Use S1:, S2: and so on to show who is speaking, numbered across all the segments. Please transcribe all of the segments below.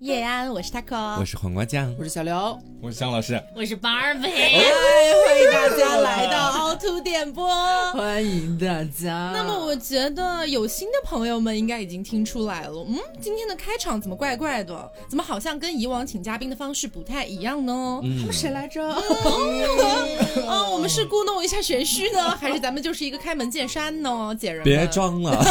S1: 叶安，我是 taco，
S2: 我是黄瓜酱，
S3: 我是小刘，
S4: 我是向老师。
S1: 我是 Barbie。
S3: 欢迎大
S1: 大家来到凹凸点播。
S3: 欢迎大家。
S1: 那么我觉得有新的朋友们应该已经听出来了，嗯，今天的开场怎么怪怪的？怎么好像跟以往请嘉宾的方式不太一样呢？
S2: 嗯，
S3: 谁来着？
S1: 嗯，我们是故弄一下玄虚呢，还是咱们就是一个开门见山呢？姐人们
S2: 别装了，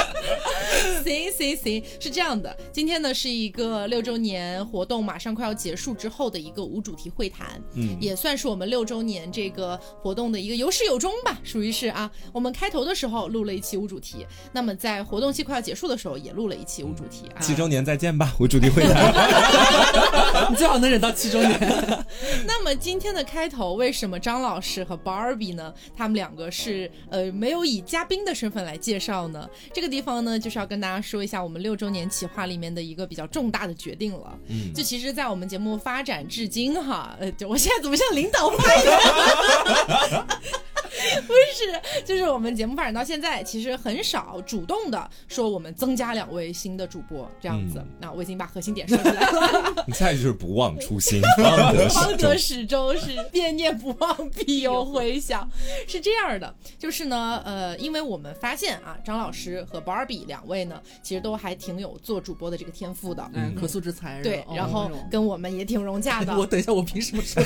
S1: 行行行，是这样的，今天呢是一个六周年活动马上快要结束之后的一个无主题会谈，
S2: 嗯
S1: 也算是我们六周年这个活动的一个有始有终吧，属于是啊。我们开头的时候录了一期无主题，那么在活动期快要结束的时候也录了一期无主题啊。
S2: 七周年再见吧，我主题会谈。
S3: 你最好能忍到七周年。
S1: 那么今天的开头，为什么张老师和 Barbie 呢？他们两个是呃没有以嘉宾的身份来介绍呢？这个地方呢，就是要跟大家说一下我们六周年企划里面的一个比较重大的决定了。
S2: 嗯，
S1: 就其实，在我们节目发展至今哈，呃，就我现在怎么像领导发言？ 不是，就是我们节目发展到现在，其实很少主动的说我们增加两位新的主播这样子。
S2: 嗯
S1: 那我已经把核心点说出来了。
S2: 你下一句就是不忘初心，方得
S1: 方
S2: 始
S1: 得
S2: 终。
S1: 始终是念念不忘，必有回响。是这样的，就是呢，呃，因为我们发现啊，张老师和 Barbie 两位呢，其实都还挺有做主播的这个天赋的。
S3: 嗯，可塑之才。
S1: 对，然后
S3: 哦
S1: 跟我们也挺融洽 的。
S3: 哎我等一下，我凭什么说？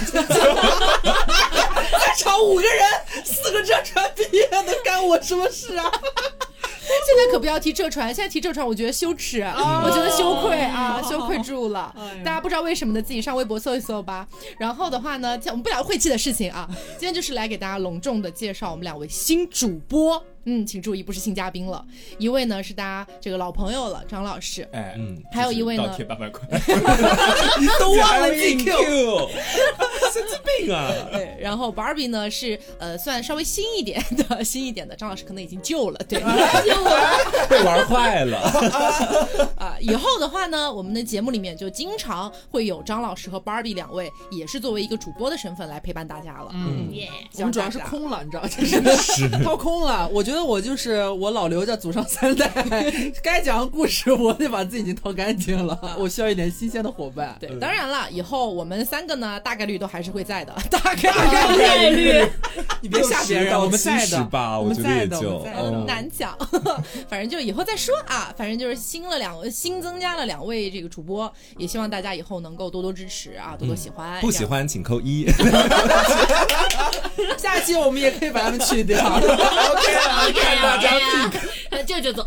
S3: 在场五个人，四个浙传毕业的，干我什么事啊？
S1: 现在可不要提浙传，现在提浙传，我觉得羞耻，我觉得羞愧啊，羞愧住了。
S3: 哎呦
S1: 大家不知道为什么的，自己上微博搜一搜吧。然后的话呢，像我们不聊晦气的事情啊，今天就是来给大家隆重的介绍我们两位新主播。嗯，请注意，不是新嘉宾了，一位呢是大家这个老朋友了，张老师。
S4: 哎，
S2: 嗯
S1: 还有一位呢
S4: 就是倒贴八百块，
S3: 你都忘了自己 Q。
S2: Q，神经病啊！
S1: 对，然后 Barbie 呢是呃算稍微新一点的， 新一点的，张老师可能已经旧了，对，旧了。
S2: 被玩坏了，
S1: 啊，以后的话呢，我们的节目里面就经常会有张老师和 Barbie 两位，也是作为一个主播的身份来陪伴大家了。
S3: 嗯，
S5: 耶、
S3: 我们主要是空了，你知道，就是 掏空了。我觉得我就是我老刘家祖上三代，该讲故事我得把自己已经掏干净了， 我需要一点新鲜的伙 伴。
S1: 对，当然了，以后我们三个呢，大概率都还是会在的，大概
S3: 大
S1: 率
S3: 概率， 你别吓别人，我们在
S2: 60
S3: 的
S2: 到70吧
S3: 我
S2: 我
S3: 们
S2: 觉得
S3: 在
S2: 也
S3: 的，
S2: 就
S3: 我们在的。
S2: 嗯
S1: 难讲，反正就以后再说啊。反正就是新了两新增加了两位这个主播，也希望大家以后能够多多支持啊，多多喜欢。
S2: 不喜欢请扣一。
S3: 下期我们也可以把他们去掉。
S5: 啊看大家就就走，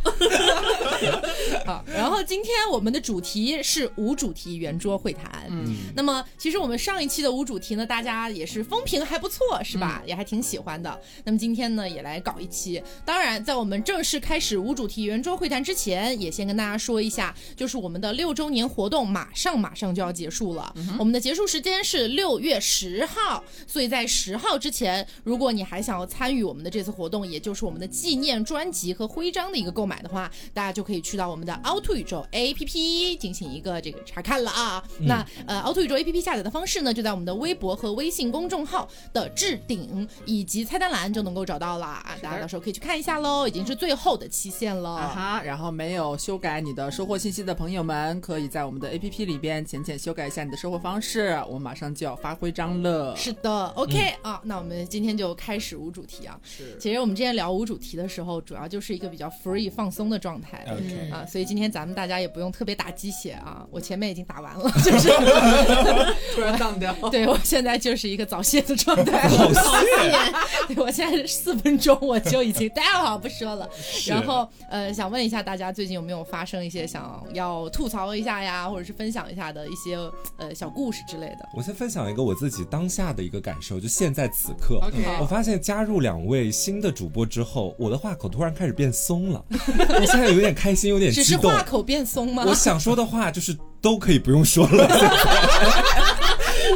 S1: 啊。然后今天我们的主题是无主题圆桌会谈。嗯，那么其实我们上一期的无主题呢，大家也是风评还不错，是吧？也还挺喜欢的。那么今天呢，也来搞一期。当然，在我们正式开始无主题圆桌会谈之前，也先跟大家说一下，就是我们的六周年活动马上马上就要结束了。我们的结束时间是六月十号，所以在十号之前，如果你还想要参与我们的这次活动，也就是我们的纪念专辑和徽章的一个购买的话，大家就可以去到我们的凹凸宇宙 APP 进行一个这个查看了啊。
S3: 嗯
S1: 那呃，凹凸宇宙 APP 下载的方式呢，就在我们的微博和微信公众号的置顶以及菜单栏就能够找到了啊，大家到时候可以去看一下喽，已经是最后的期限了。
S3: 啊哈！然后没有修改你的收获信息的朋友们，可以在我们的 APP 里边浅浅修改一下你的收获方式。我们马上就要发徽章了，
S1: 是的，OK、啊，那我们今天就开始无主题啊。
S3: 嗯是
S1: 其实我们之前聊无主题的时候，主要就是一个比较 free 放松的状态。
S3: 嗯
S4: OK
S1: 啊，所以今天咱们大家也不用特别打鸡血啊，我前面已经打完了，就是
S3: 突然荡掉。
S1: 对我现在就是一个早泄的状态，早泄，对我现在四分钟我就已经 大家好不说了，然后呃想问一下大家最近有没有发生一些想要吐槽一下呀，或者是分享一下的一些呃小故事之类的，
S2: 我先分享一个我自己当下的一个感受，就现在此刻
S3: OK
S2: 我发现加入两位新的主播之后，我的话口突然开始变松了，我现在有点开心，有点
S1: 只
S2: 激
S1: 是
S2: 动。
S1: 话口变松 吗？
S2: 我想说的话就是都可以不用说了，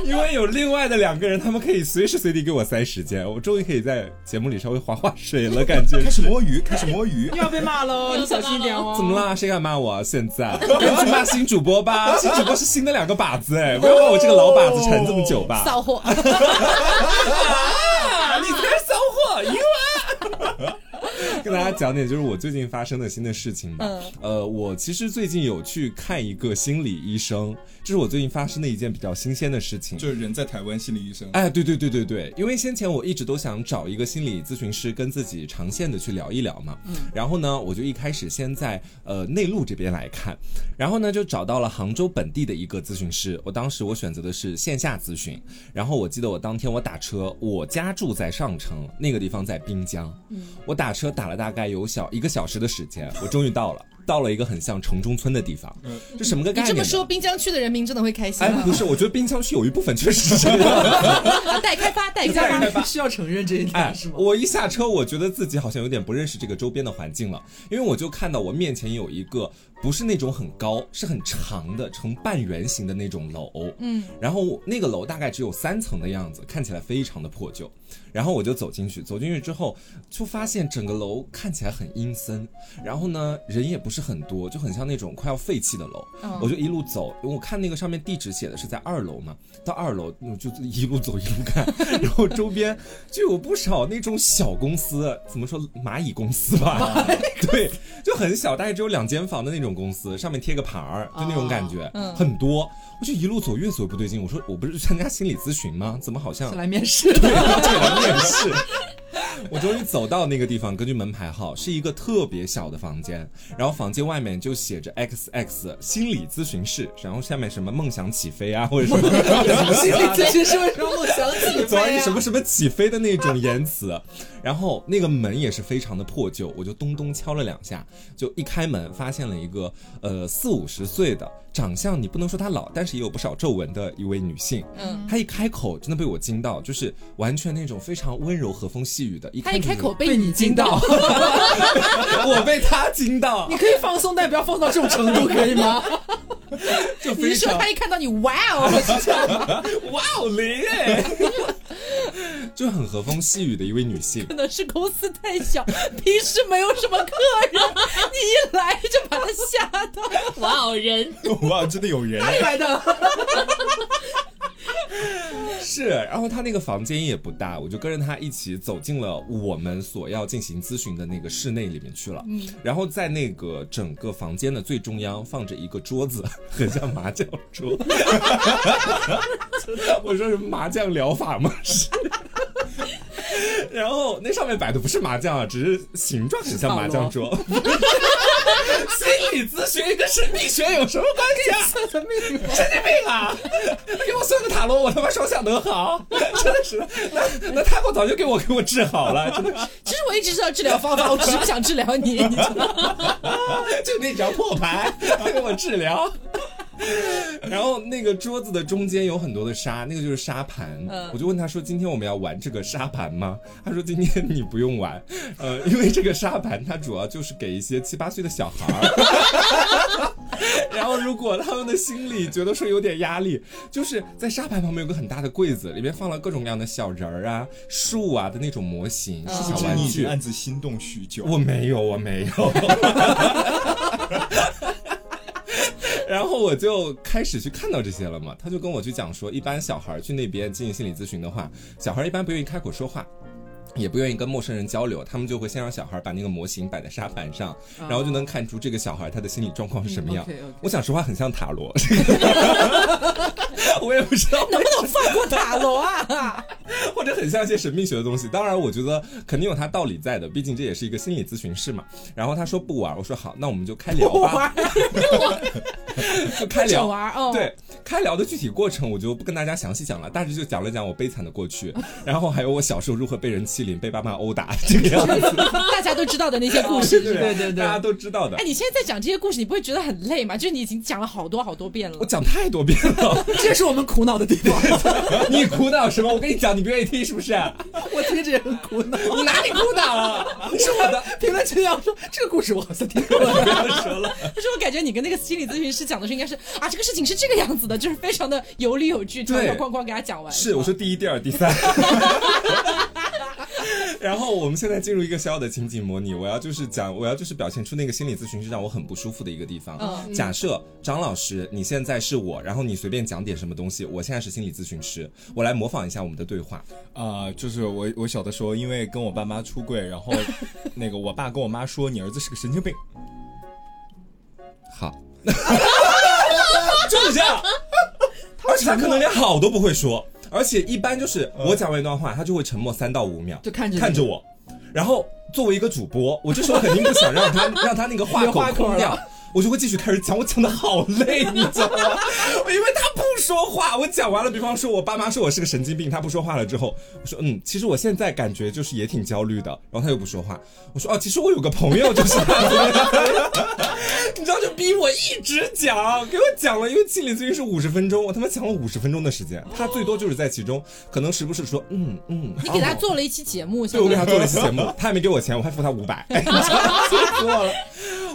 S2: 因为有另外的两个人，他们可以随时随地给我塞时间，我终于可以在节目里稍微划划水了，感觉
S4: 开始摸鱼，开始摸鱼
S3: 又。要被骂喽，你小心一点哦。
S2: 怎么？啦？谁敢骂我、啊？现在赶紧骂新主播吧！新主播是新的两个靶子哎，不要把我这个老靶子缠这么久 吧。
S1: 骚货。
S2: 啊，你才是骚货，因为跟大家讲点就是我最近发生的新的事情吧。
S1: 嗯
S2: 呃，我其实最近有去看一个心理医生，这是我最近发生的一件比较新鲜的事情。
S4: 就是人在台湾心理医生，
S2: 哎，对对对对对，因为先前我一直都想找一个心理咨询师跟自己长线的去聊一聊嘛，
S1: 嗯
S2: 然后呢，我就一开始先在呃内陆这边来看，然后呢就找到了杭州本地的一个咨询师，我当时我选择的是线下咨询，然后我记得我当天我打车，我家住在上城，那个地方在滨江，
S1: 嗯
S2: 我打车打了大概有小一个小时的时间，我终于到了，到了一个很像城中村的地方，
S4: 嗯
S2: 就什么个 概
S1: 你这
S2: 念呢？
S1: 么说，滨江区的人民真的会开心
S2: 哎，
S1: 吗？
S2: 不是，我觉得滨江区有一部分确实是这样。
S1: 啊，待开发，待
S3: 一家
S1: 开发。
S3: 人需要承认这一
S2: 哎
S3: 点是吗，？
S2: 我一下车，我觉得自己好像有点不认识这个周边的环境了，因为我就看到我面前有一个不是那种很高，是很长的呈半圆形的那种楼，嗯，然后那个楼大概只有三层的样子，看起来非常的破旧。然后我就走进去，走进去之后就发现整个楼看起来很阴森，然后呢人也不是很多，就很像那种快要废弃的楼。
S1: 嗯
S2: 我就一路走，因为我看那个上面地址写的是在二楼嘛，到二楼我就一路走一路看，然后周边就有不少那种小公司，怎么说蚂蚁公司吧，对，就很小，大概只有两间房的那种公司，上面贴个牌儿，就那种感觉，
S1: 嗯
S2: 很多。我就一路走，越走越不对劲。我说我不是去参加心理咨询吗？怎么好像
S3: 是来面试
S2: 对，这来面试。我终于走到那个地方，根据门牌号，是一个特别小的房间，然后房间外面就写着 “X X 心理咨询室”，然后下面什么梦想起飞啊，或者什么什么
S3: 心理咨询师为什么梦想起
S2: 总而言
S3: 飞
S2: 之什
S3: 啊？
S2: 么什么起飞的那种言辞，然后那个门也是非常的破旧，我就咚咚敲了两下，就一开门发现了一个呃四五十岁的，长相你不能说她老，但是也有不少皱纹的一位女性，
S1: 嗯，
S2: 她一开口真的被我惊到，就是完全那种非常温柔和风细雨的，一
S1: 他一开口
S3: 被
S1: 被
S3: 你惊到，
S2: 我被她惊到
S3: 你，可以放松，但不要放到这种程度，可以吗？
S2: 就
S1: 你
S2: 非
S1: 是说
S2: 常
S1: 他一看到你，哇 哦，
S2: 哇哦灵哎， 就很和风细雨的一位女性
S1: 可。能是公司太小，平时没有什么客人，你一来就把他吓到。
S5: 哇哦，人
S4: 哇，真的有
S2: 啊
S4: 人，
S3: 哪里来的？
S2: 是，然后他那个房间也不大，我就跟着他一起走进了我们所要进行咨询的那个室内里面去了。嗯，然后在那个整个房间的最中央放着一个桌子， 很像麻将 桌。我说是麻将疗法吗？是。然后那上面摆的不是麻将啊，只是形状很像麻将桌。 心理咨询跟神秘学有什么关系啊？
S3: 算算命吧。
S2: 神经病啊！给我算个塔罗，我他妈双向能好，真的是的。那那泰国早就给我给我治好了，真的是，
S1: 其实我一直知道治疗方法，我只是不想治疗你，你知道吗？
S2: 就那张 破牌他给我治疗。 然后那个桌子的中间有很多的沙，那个就是沙盘。
S1: 嗯
S2: 我就问他说：“今天我们要玩这个沙盘吗？”他说：“今天你不用玩，呃，因为这个沙盘它主要就是给一些七八岁的小孩儿。” 然后，如果他们的心里觉得说有点压力，就是在沙盘旁边有个很大的柜子，里面放了各种各样的小人儿啊、树啊的那种模型、
S1: 嗯
S2: 小
S4: 不知
S2: 玩
S4: 你已
S2: 具
S4: 经。暗自心动许久。
S2: 我没有，我没有。然后我就开始去看到这些了嘛，他就跟我去讲说，一般小孩去那边进行心理咨询的话，小孩一般不愿意开口说话。也不愿意跟陌生人交流，他们就会先让小孩把那个模型摆在沙盘上，然后就能看出这个小孩他的心理状况是什么样。
S3: 嗯，OK，OK
S2: 我想说话很像塔罗， 我也不知道为什么
S1: 能不能放过塔罗啊？
S2: 或者很像一些神秘学的东西。当然，我觉得肯定有它道理在的，毕竟这也是一个心理咨询室嘛。然后他说不玩，我说好，那我们就开聊 吧，就开
S1: 想
S2: 聊。
S1: 玩哦。，
S2: 对，开聊的具体过程我就不跟大家详细讲了，大致就讲了讲我悲惨的过去，然后还有我小时候如何被人欺凌、被爸妈殴打这个样子，
S1: 大家都知道的那些故
S2: 对
S1: 事。
S2: 对
S3: 对对对
S2: 大家都知道的
S1: 哎，。你现在在讲这些故事，你不会觉得很累吗？就是你已经讲了好多好多遍了
S2: 我。讲太多遍了，
S3: 这是我们苦恼的地方，
S2: 你苦恼什么？我跟你讲，你不愿意听是不是？
S3: 我听着也很苦恼。
S2: 你哪里苦恼 了？是我的，
S3: 评论区要说这个故事我好像听过，
S2: 不要说了。
S1: 但是我感觉你跟那个心理咨询师讲的是应该是啊，这个事情是这个样子的，就是非常的有理有据，条条
S2: 对
S1: 框框给他讲完。
S2: 是，
S1: 吧
S2: 我说第一、第二、第三。 然后我们现在进入一个小小的情景模拟，我要就是讲，我要就是表现出那个心理咨询师让我很不舒服的一个地方。
S1: 嗯
S2: 假设张老师你现在是我，然后你随便讲点什么东西，我现在是心理咨询师，我来模仿一下我们的对话。
S4: 啊、就是我我小的时候，因为跟我爸妈出柜，然后那个我爸跟我妈说你儿子是个神经病，
S2: 好，就是这样。而且他可能连好都不会说，而且一般就是我讲完一段话，他就会沉默三到五秒，
S3: 嗯就看着你
S2: 看着我，然后作为一个主播，我这时候肯定不想让他让他那个 话
S3: 留
S2: 口
S3: 话口
S2: 空
S3: 了
S2: 掉。我就会继续开始讲，我讲的好累，你知道吗？因为他不说话，我讲完了，比方说我爸妈说我是个神经病，他不说话了之后，我说嗯，其实我现在感觉就是也挺焦虑的，然后他又不说话，我说哦，其实我有个朋友就是他怎么样，你知道就逼我一直讲，给我讲了，因为心理咨询是五十分钟，我他妈讲了五十分钟的时间，他最多就是在其中可能时不时说嗯嗯，
S1: 你给他
S2: 哦
S1: 做了一期节目，
S2: 对，我给他做了一期节 目，他还没给我钱，我还付他五百，哎做了。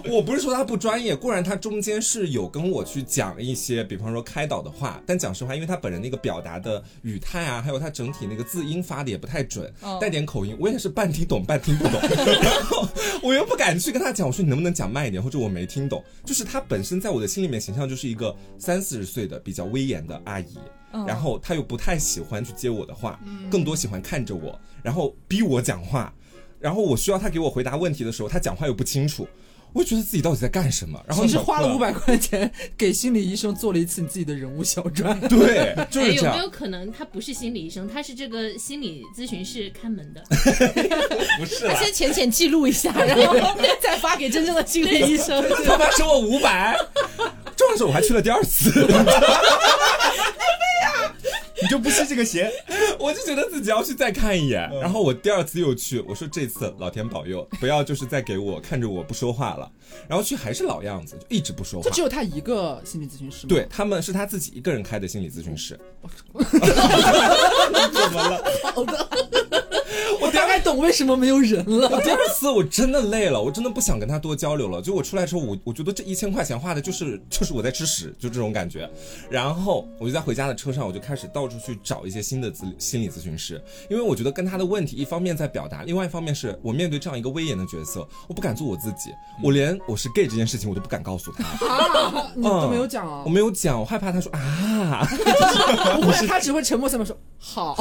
S2: 我不是说他不专业，固然他中间是有跟我去讲一些，比方说开导的话，但讲实话，因为他本人那个表达的语态啊，还有他整体那个字音发的也不太准，
S1: 哦
S2: 带点口音，我也是半听懂半听不懂， 然后我又不敢去跟他讲，我说你能不能讲慢一点，或者我没听懂，就是他本身在我的心里面形象就是一个三四十岁的比较威严的阿姨，
S1: 嗯
S2: 然后他又不太喜欢去接我的话，更多喜欢看着我，然后逼我讲话，然后我需要他给我回答问题的时候，他讲话又不清楚，我就觉得自己到底在干什么。然后
S3: 你是
S2: 整个，
S3: 花了五，百块钱给心理医生做了一次你自己的人物小传
S2: 对，就是这
S5: 哎有没
S2: 样，
S5: 有可能他不是心理医生，他是这个心理咨询室看门 的？
S2: 不是
S1: 他
S3: 啊
S2: 啦。
S1: 先浅浅记录一 下，然后再发给真正的心理医生。
S2: 他妈收我五百，重要是我还去了第二次，
S4: 你就不吸这 个邪？
S2: 我就觉得自己要去再看一
S3: 嗯
S2: 眼。然后我第二次又去，我说这次老天保佑，不要就是再给我看着我不说话了。然后去还是老样子，就一直不说话
S3: 就。只有他一个心理咨询师吗？
S2: 对，他们是他自己一个人开的心理咨询室，
S4: 怎么了？
S3: 我大概懂为什么没有人了。
S2: 我第二次我真的累了，我真的不想跟他多交流了。就我出来之后，我我觉得这一千块钱花的就是就是我在吃屎，就这种感觉。然后我就在回家的车上，我就开始到处去找一些新的咨心理咨询师，因为我觉得跟他的问题，一方面在表达，另外一方面是我面对这样一个威严的角色，我不敢做我自己，我连我是 gay 这件事情我都不敢告诉他，
S3: 啊，你
S2: 嗯
S3: 都没有讲啊
S2: 我？没有讲，我害怕他说啊。
S3: 不会，他只会沉默三秒说 好。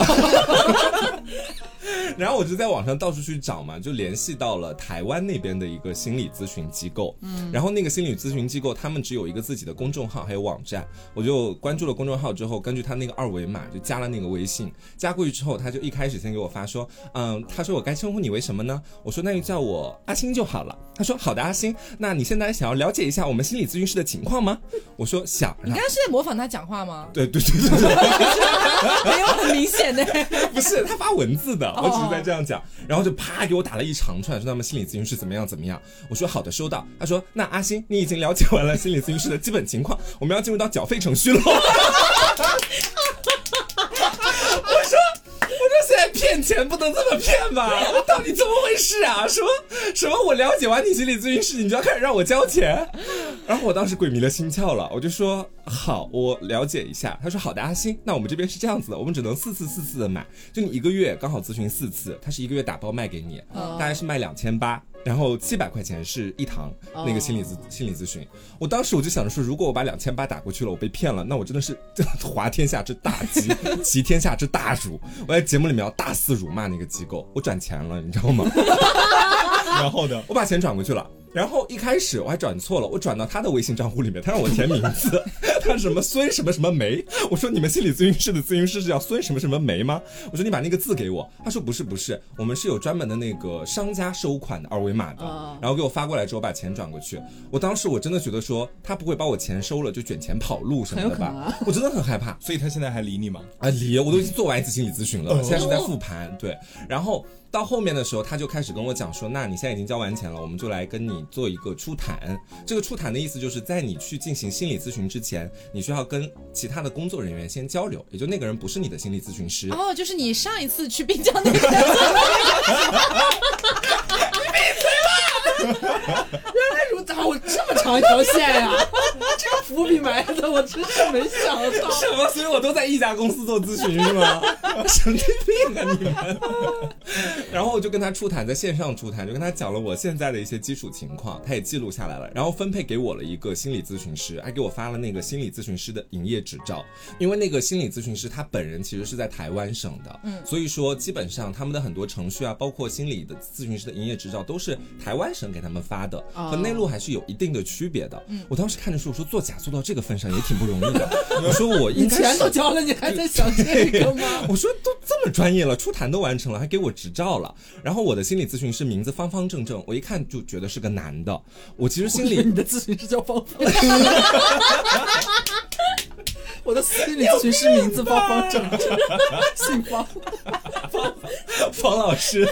S2: 然后我就在网上到处去找嘛，就联系到了台湾那边的一个心理咨询机构。嗯，然后那个心理咨询机构他们只有一个自己的公众号还有网站，我就关注了公众号之后，根据他那个二维码就加了那个微信。加过去之后，他就一开始先给我发说，嗯，他说我该称呼你为什么呢？我说那就叫我阿星就好了。他说好的，阿星，那你现在想要了解一下我们心理咨询师的情况吗？我说想
S1: 你
S2: 啊
S1: 刚。刚是在模仿他讲话 吗？
S2: 对对对对对。
S1: 没有很明显的。
S2: 不是，他发文字的，我只是在这样讲，然后就啪给我打了一长串，说他们心理咨询师怎么样怎么样。我说好的，收到。他说那阿星，你已经了解完了心理咨询师的基本情况，我们要进入到缴费程序 了。我说，我说现在骗钱不能这么骗吧？我到底怎么回事啊？什么什么？我了解完你心理咨询师，你就要开始让我交钱？然后我当时鬼迷了心窍了，我就说好，我了解一下。他说好的，阿星，那我们这边是这样子的，我们只能四次四次的买，就你一个月刚好咨询四次，他是一个月打包卖给你，
S1: 哦
S2: 大概是卖两千八。然后七百块钱是一堂那个心理咨、心理咨询，我当时我就想着说，如果我把两千八打过去了，我被骗了，那我真的是滑天下之大稽，齐天下之大辱。我在节目里面要大肆辱骂那个机构，我转钱了，你知道吗？
S4: 然后呢？
S2: 我把钱转过去了。然后一开始我还转错了，我转到他的微信账户里面，他让我填名字， 他什么孙什么什么梅，我说你们心理咨询师的咨询师是叫孙什么什么梅吗？我说你把那个字给我，他说不是不是，我们是有专门的那个商家收款的二维码的
S3: 哦，
S2: 然后给我发过来之后把钱转过去，我当时我真的觉得说他不会把我钱收了就卷钱跑路什么的
S3: 很有可能
S2: 吧
S3: 啊，
S2: 我真的很害怕，
S4: 所以他现在还理 你吗？
S2: 啊，离我都已经做完一次心理咨询了，
S4: 哦
S2: 现在是在复盘。对，然后到后面的时候，他就开始跟我讲说，那你现在已经交完钱了，我们就来跟你做一个初谈。这个初谈的意思就是在你去进行心理咨询之前，你需要跟其他的工作人员先交流，也就那个人不是你的心理咨询师。
S1: 哦，就是你上一次去滨江 那个，
S3: 原哎来如此，我这么长一条线呀、 这个伏笔埋的，我真是没想到。
S2: 什么？所以我都在一家公司做咨询是吗？神经病啊你们！然后我就跟他初谈，在线上初谈，就跟他讲了我现在的一些基础情况，他也记录下来了，然后分配给我了一个心理咨询师，还给我发了那个心理咨询师的营业执照，因为那个心理咨询师他本人其实是在台湾省的，嗯，所以说基本上他们的很多程序啊，包括心理的咨询师的营业执照都是台湾省给他们发的，
S3: 哦
S2: 和内陆还是有一定的区别的。
S3: 嗯
S2: 我当时看着说，我说作假做到这个份上也挺不容易 的，我说我应
S3: 你
S2: 该
S3: 钱
S2: 是
S3: 都交了，你还在想这个吗？
S2: 我说都这么专业了，初谈都完成了，还给我执照了。然后我的心理咨询师名字方方正正，我一看就觉得是个男的。我其实心里
S3: 你的咨询师叫方方，我的心理咨询师名字方方正正，姓方。
S2: 方老师，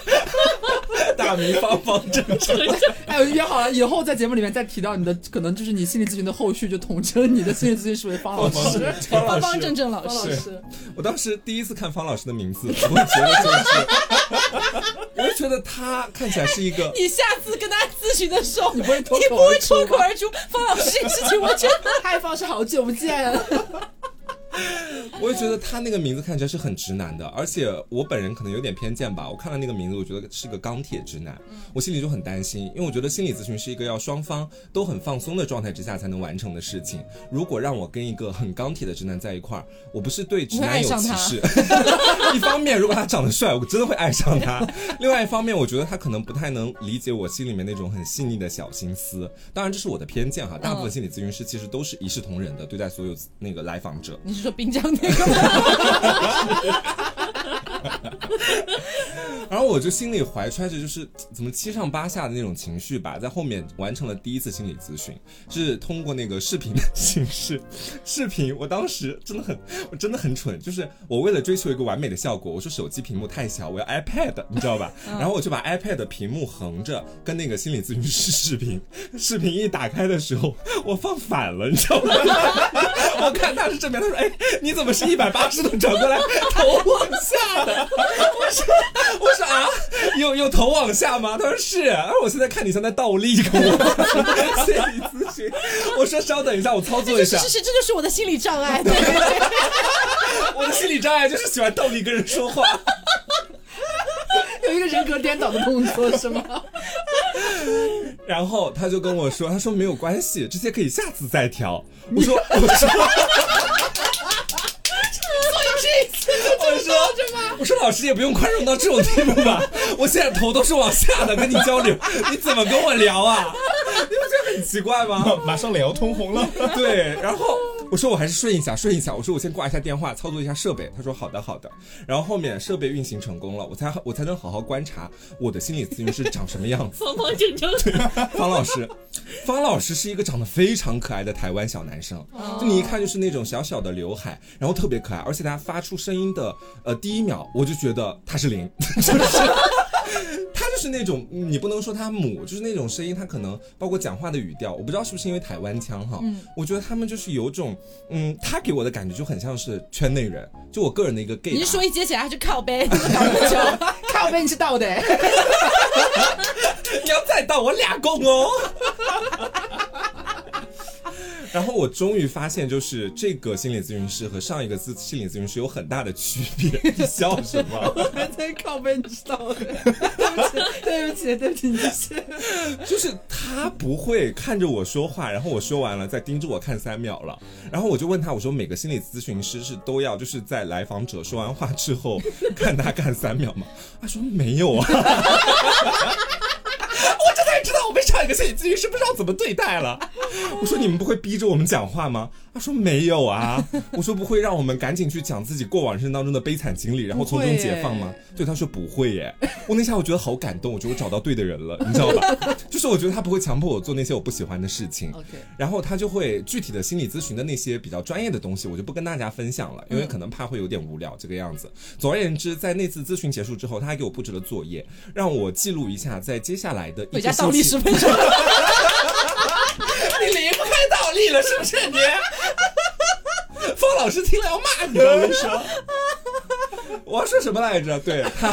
S2: 大名方方正正。
S3: 哎，我就约好了，以后在节目里面再提到你的，可能就是你心理咨询的后续，就统称你的心理咨询师为方老师。
S1: 方
S2: 方老
S1: 方
S2: 师，
S1: 正正老师，
S3: 师，
S2: 我当时第一次看方老师的名字，我觉得就是， 我就觉得他看起来是一个。
S1: 你下次跟他咨询的时候，你
S3: 不会脱口
S1: 不会
S3: 而出
S1: 脱口而出方老师这个事情，我真的
S3: 嗨，方老师，好久不见。啊
S2: 我也觉得他那个名字看起来是很直男的，而且我本人可能有点偏见吧。我看了那个名字，我觉得是个钢铁直男，
S1: 嗯
S2: 我心里就很担心，因为我觉得心理咨询是一个要双方都很放松的状态之下才能完成的事情。如果让我跟一个很钢铁的直男在一块儿，我不是对直男有
S1: 你
S2: 歧
S1: 会爱
S2: 视。 一方面，如果他长得帅，我真的会爱上他；另外一方面，我觉得他可能不太能理解我心里面那种很细腻的小心思。当然，这是我的偏见哈。大
S1: 嗯
S2: 部分心理咨询师其实都是一视同仁的对待所有那个来访者。
S1: 你是说滨江那个吗？
S2: 然后我就心里怀揣着就是怎么七上八下的那种情绪吧，在后面完成了第一次心理咨询，是通过那个视频的形式。视频，我当时真的很，我真的很蠢， 就是我为了追求一个完美的效果，我说手机屏幕太小，我要 iPad，你知道吧？然后我就把 iPad 的屏幕横着跟那个心理咨询师视频， 视频一打开的时候，我放反了，你知道吗？ 我看他是正面，他说：“哎，你怎么是一百八十度转过来，头往下的？” 我说：“我说啊，有有头往下吗？”他说：“是。”然后我现在看你像在倒立，跟我 心理咨询。我说：“稍等一下，我操作一下
S1: 是。是，这就是我的心理障 碍。对，
S2: 我的心理障碍就是喜欢倒立跟人说 话。
S3: 有一个人格颠倒的动作是吗？”
S2: 然后他就跟我说：“他说没有关系，这些可以下次再调。”我 说：“我说。”
S1: 这一次就
S2: 我
S1: 这
S2: 说
S1: 么着吗？
S2: 我说老师也不用宽容到这种地步吧， 我现在头都是往下的，跟你交流，你怎么跟我聊啊？你不觉得很奇怪
S3: 哦
S2: 吗？
S4: 马上脸要通 红了。
S2: 对，然后我说我还是顺一下，顺一下。我说我先挂一下电话，操作一下设备。他说好的，好的。然后后面设备运行成功了，我才我才能好好观察我的心理咨询师长什么样子。
S5: 方方正正，
S2: 方老师，方老师是一个长得非常可爱的台湾小男生，就你一看就是那种小小的刘海，然后特别可爱，而且他发出声音的呃第一秒，我就觉得他是零， 就是。他就是那种，嗯你不能说他母，就是那种声音，他可能包括讲话的语调，我不知道是不是因为台湾腔哈，
S1: 嗯
S2: 我觉得他们就是有种，嗯，他给我的感觉就很像是圈内人，就我个人的一个 gay
S1: 你
S2: 吧。
S1: 是说一接起来还是靠背？搞那么久，
S3: 靠背你是倒的、
S2: 你 要再到我俩供哦。 然后我终于发现，就是这个心理咨询师和上一个咨心理咨询师有很大的区别。你笑什么？
S3: 还在靠背你是倒的。 对不起，对不起，对不起，
S2: 就是他不会看着我说话，然后我说完了再盯着我看三秒了。然后我就问他，我说每个心理咨询师是都要就是在来访者说完话之后看他看三秒吗？他说没有啊。我这才知道我被上一个心理咨询师不知道怎么对待了。我说你们不会逼着我们讲话吗？他说没有啊。我说不会让我们赶紧去讲自己过往人生当中的悲惨经历，然后从中解放吗？对，他说不会耶。我那下我觉得好感动，我觉得我找到对的人了，你知道吧？ 就是我觉得他不会强迫我做那些我不喜欢的事情。
S1: 哦
S3: OK
S2: 然后他就会具体的心理咨询的那些比较专业的东西，我就不跟大家分享了，因
S1: 嗯
S2: 为可能怕会有点无聊这个样子。总而言之，在那次咨询结束之后，他还给我布置了作业，让我记录一下在接下来的一
S1: 回
S2: 个
S1: 家倒
S2: 星
S1: 立
S2: 期。
S1: 十分钟。
S2: 你离不开倒立了，是不是你？方老师听了要骂你了，我跟你说。我要说什么来着？对，他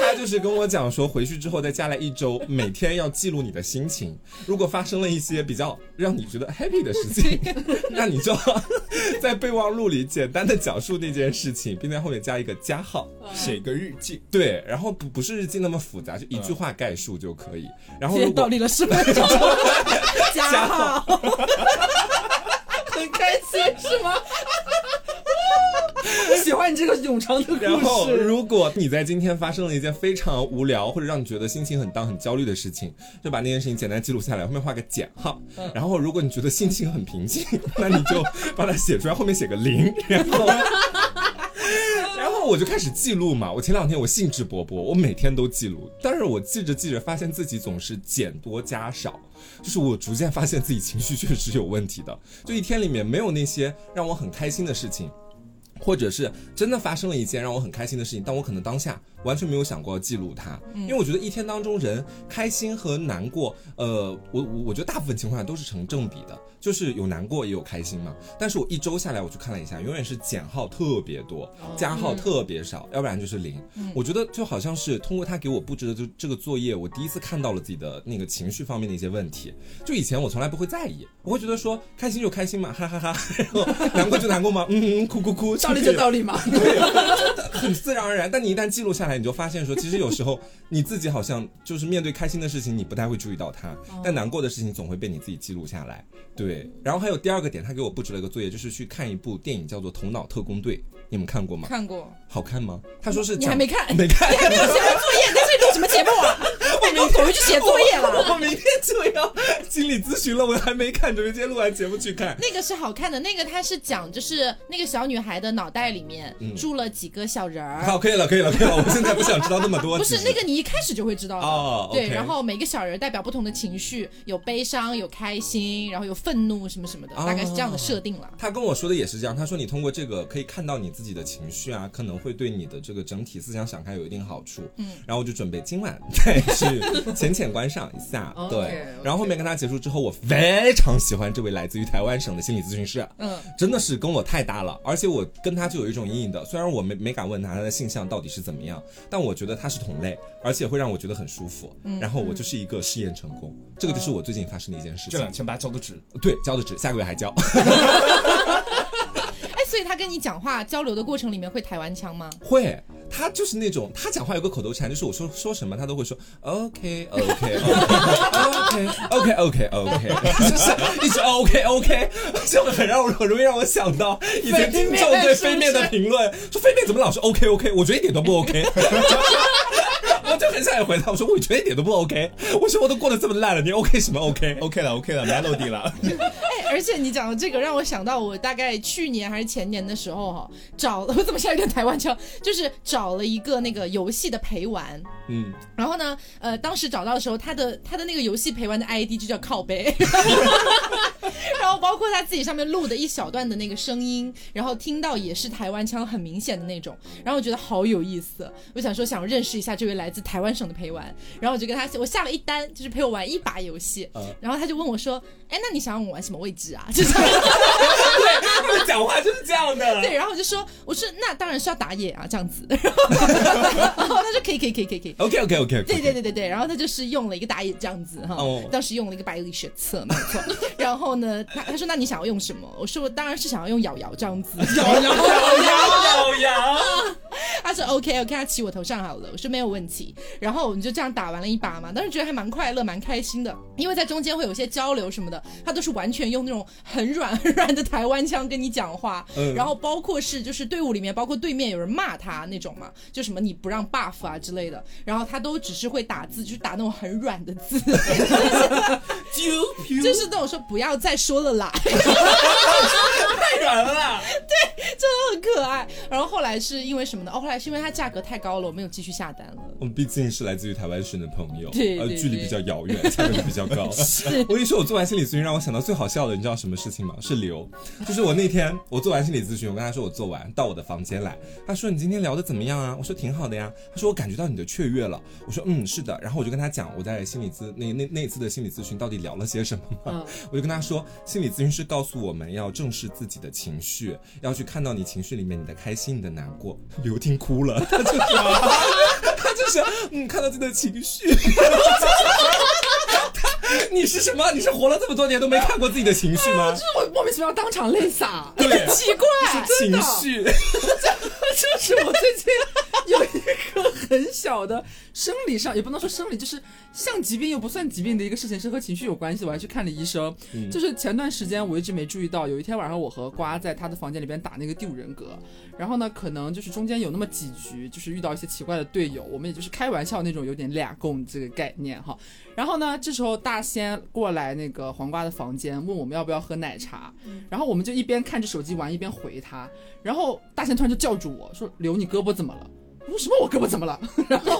S2: 他就是跟我讲说，回去之后在家来一周，每天要记录你的心情。如果发生了一些比较让你觉得 happy 的事情，那你就要在备忘录里简单的讲述那件事情，并在后面加一个加号。
S4: 写个日记，
S2: 对，然后不不是日记那么复杂，就一句话概述就可以。然后
S3: 今
S2: 如
S3: 天
S2: 果
S3: 倒立了十分钟，
S2: 加
S3: 加号，很开心是吗？我 喜欢你这个冗长的
S2: 然
S3: 故
S2: 后，
S3: 事。
S2: 如果你在今天发生了一件非常无聊或者让你觉得心情很 down、很焦虑的事情，就把那件事情简单记录下来，后面画个减号。
S3: 嗯
S2: 然后，如果你觉得心情很平静，那你就把它写出来，后面写个 零，然后。然后我就开始记录嘛，我前两天我兴致勃勃，我每天都记录，但是我记着记着发现自己总是减多加少，就是我逐渐发现自己情绪确实有问题的，就一天里面没有那些让我很开心的事情，或者是真的发生了一件让我很开心的事情，但我可能当下完全没有想过要记录它，因为我觉得一天当中人开心和难过，呃，我我我觉得大部分情况下都是成正比的，就是有难过也有开心嘛。但是我一周下来，我去看了一下，永远是减号特别多，加号特别少，要不然就是零。
S1: 嗯
S2: 我觉得就好像是通过他给我布置的这这个作业，我第一次看到了自己的那个情绪方面的一些问题。就以前我从来不会在意，我会觉得说开心就开心嘛，哈 哈哈 然后难过就难过嘛，嗯嗯，哭哭哭，
S3: 道理就道理 嘛，
S2: 很自然而然。但你一旦记录下来，你就发现说，其实有时候你自己好像就是面对开心的事情，你不太会注意到它，
S1: 哦
S2: 但难过的事情总会被你自己记录下来。对，然后还有第二个点，他给我布置了一个作业，就是去看一部电影叫做《头脑特工队》，你们看过吗？
S1: 看过，
S2: 好看吗？他说是
S1: 你还
S2: 讲
S1: 没看
S2: 没看，
S1: 没有写完作业，你在这录什么节目 啊？我明天回去写作业了。
S2: 我明天就要心理咨询了，我还没看，准备今天录完节目去看。
S1: 那个是好看的，那个它是讲就是那个小女孩的脑袋里面
S2: 嗯
S1: 住了几个小人儿，
S2: 好，可以了，可以了，可以了，我现在不想知道那么多。
S1: 不是
S2: 其实
S1: 那个你一开始就会知道的。
S2: 哦
S1: 对
S2: OK
S1: 然后每个小人代表不同的情绪，有悲伤，有开心，然后有愤怒什么什么的，
S2: 哦
S1: 大概是这样的设定了。
S2: 他跟我说的也是这样，他说你通过这个可以看到你自己的情绪啊，可能会对你的这个整体思想想开有一定好处。嗯，然后我就准备今晚 再去浅浅观赏一下。对
S3: OK，OK
S2: 然后后面跟他结束之后，我非常喜欢这位来自于台湾省的心理咨询师。啊
S1: 嗯，
S2: 真的是跟我太搭了，而且我跟他就有一种阴影的。虽然我没没敢问他他的性向到底是怎么样，但我觉得他是同类，而且会让我觉得很舒服。然后我就是一个试验成功，这个就是我最近发生的一件事
S4: 这
S2: 情。
S4: 两千八交的值，
S2: 对，交的值，下个月还交。
S1: 哎，所以他跟你讲话交流的过程里面会台湾腔吗？
S2: 会，他就是那种，他讲话有个口头禅，就是我说说什么，他都会说 OK OK OK OK OK OK，就是一直 OK OK，就 很让我很容易让我想到以前听众对飞面的评论，说飞面怎么老是 OK OK，我觉得一点都不 OK。我就很想回答，我说我觉得一点都不 OK，我 说我都过得这么烂了，你 OK 什么 OK？
S4: OK 了，OK 了 ，Melody 了，
S1: 哎，而且你讲的这个让我想到，我大概去年还是前年的时候哈，找 我怎么像有点台湾腔，就是找了一个那个游戏的陪玩，
S2: 嗯，
S1: 然后呢，呃，当时找到的时候，他的他的那个游戏陪玩的 ID 就叫靠背， 然后包括他自己上面录的一小段的那个声音，然后听到也是台湾腔很明显的那种，然后我觉得好有意思，我想说想认识一下这位来自台湾省的陪玩，然后我就跟他我下了一单，就是陪我玩一把游戏，然后他就问我说，哎，那你想让我玩什么位置啊？ 就是。
S2: 他们讲话就是这样的。
S1: 对，然后我就说，我说那当然是要打野啊，这样子。 然后然后他说可以可以可以可以可以。
S2: OK OK OK，
S1: 对对对对对，然后他就是用了一个打野这样子哈
S2: 哦
S1: 当时用了一个百里血策，没错。 然后呢，他他说那你想要用什么？我说我当然是想要用瑶瑶这样子。
S2: 摇摇摇摇摇。
S1: 他说 OK OK，他骑我头上好了，我说没有问题。然后我们就这样打完了一把嘛，当时觉得还蛮快乐、蛮开心的，因为在中间会有一些交流什么的，他都是完全用那种很软很软的台湾腔跟你讲话，
S2: 嗯
S1: 然后包括是就是队伍里面，包括对面有人骂他那种嘛，就什么你不让 buff 啊之类的，然后他都只是会打字，就是打那种很软的字，就是那种说不要再说了啦，
S2: 太软了啦。
S1: 都很可爱。然后后来是因为什么呢？哦，后来是因为它价格太高了，我没有继续下单了。
S2: 我们毕竟是来自于台湾省的朋友，
S1: 对对
S2: 呃，距离
S1: 对
S2: 比较遥远，价格比较高。 我跟你说，我做完心理咨询，让我想到最好笑的，你知道什么事情吗？是刘，就是我那天我做完心理咨询，我跟他说我做完，到我的房间来，他说你今天聊的怎么样啊？我说挺好的呀。他说我感觉到你的雀跃了，我说嗯是的。然后我就跟他讲我在心理咨那那那次的心理咨询到底聊了些什么
S3: 嗯
S2: 嘛，我就跟他说，心理咨询师告诉我们要正视自己的情绪，要 啊去看到你情绪里面你的开心、你的难过。刘听哭了，他就他就就是嗯，看到自己的情绪。 你是什么？你是活了这么多年都没看过自己的情绪吗？
S3: 我莫名其妙当场啊泪洒，
S2: 对，
S1: 奇怪，
S3: 真
S2: 情
S3: 的
S2: 绪。
S3: 就是我最近有一个很小的生理上，也不能说生理，就是像疾病又不算疾病的一个事情，是和情绪有关系。我还去看了医生，
S2: 嗯
S3: 就是前段时间我一直没注意到，有一天晚上我和瓜在他的房间里边打那个第五人格，然后呢，可能就是中间有那么几局，就是遇到一些奇怪的队友，我们也就是开玩笑那种，有点俩共这个概念哈。然后呢，这时候大仙过来那个黄瓜的房间，问我们要不要喝奶茶，然后我们就一边看着手机玩，一边回他。然后大仙突然就叫住我说：“刘，你胳膊怎么了？”我说：“什么？我胳膊怎么了？” 然后，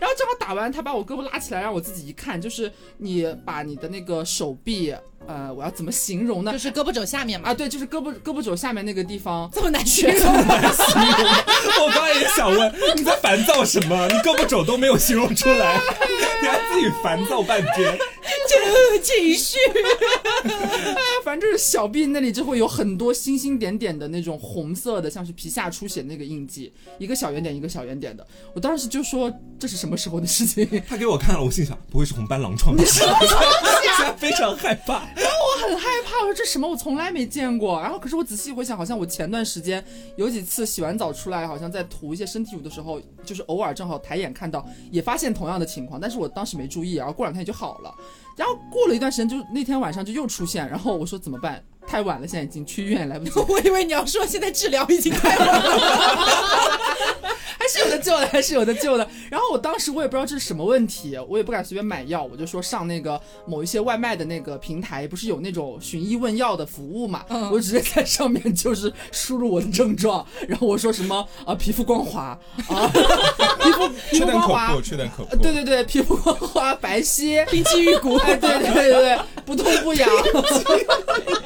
S3: 然后正好打完，他把我胳膊拉起来，让我自己一看，就是你把你的那个手臂，呃，我要怎么形容呢
S1: 就？是胳膊肘下面嘛
S3: 啊，，对，就是胳膊胳膊肘下面那个地方，
S1: 这么难 形容吗，
S2: 我刚也想问你在烦躁什么？你胳膊肘都没有形容出来，你还自己烦躁半天。
S1: 这情绪
S3: 反正就是小臂那里就会有很多星星点点的那种红色的，像是皮下出血那个印记，一个小圆点一个小圆点的。我当时就说这是什么时候的事情？
S2: 他给我看了，我心想不会是红斑狼疮吧？ 现在非常害怕。
S3: 我很害怕，我说这什么我从来没见过。然后可是我仔细回想，好像我前段时间有几次洗完澡出来，好像在涂一些身体乳的时候，就是偶尔正好抬眼看到，也发现同样的情况，但是我当时没注意，然后过两天也就好了。然后过了一段时间，就是那天晚上就又出现，然后我说怎么办？太晚了，现在已经去医院也来不及了，
S1: 我以为你要说现在治疗已经开了，
S3: 还是有的救的，还是有的救的。然后我当时我也不知道这是什么问题，我也不敢随便买药，我就说上那个某一些外卖的那个平台，不是有那种寻医问药的服务嘛？
S1: 嗯
S3: 我直接在上面就是输入我的症状，然后我说什么啊皮肤光滑啊，皮肤皮
S4: 缺
S3: 肤
S4: 点
S3: 光
S4: 可
S3: 滑
S4: 破，。缺点可破。
S3: 呃对对对，皮肤光滑、白皙、冰肌玉骨，哎，对对对对，不痛不痒， 有病！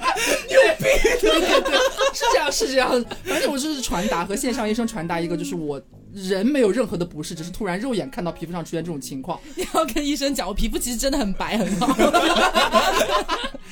S3: 对对对，是这样是这样，反正我就是传达和线上医生传达一个，就是我人没有任何的不适，只是突然肉眼看到皮肤上出现这种情况，
S1: 你要跟医生讲，我皮肤其实真的很白，很好，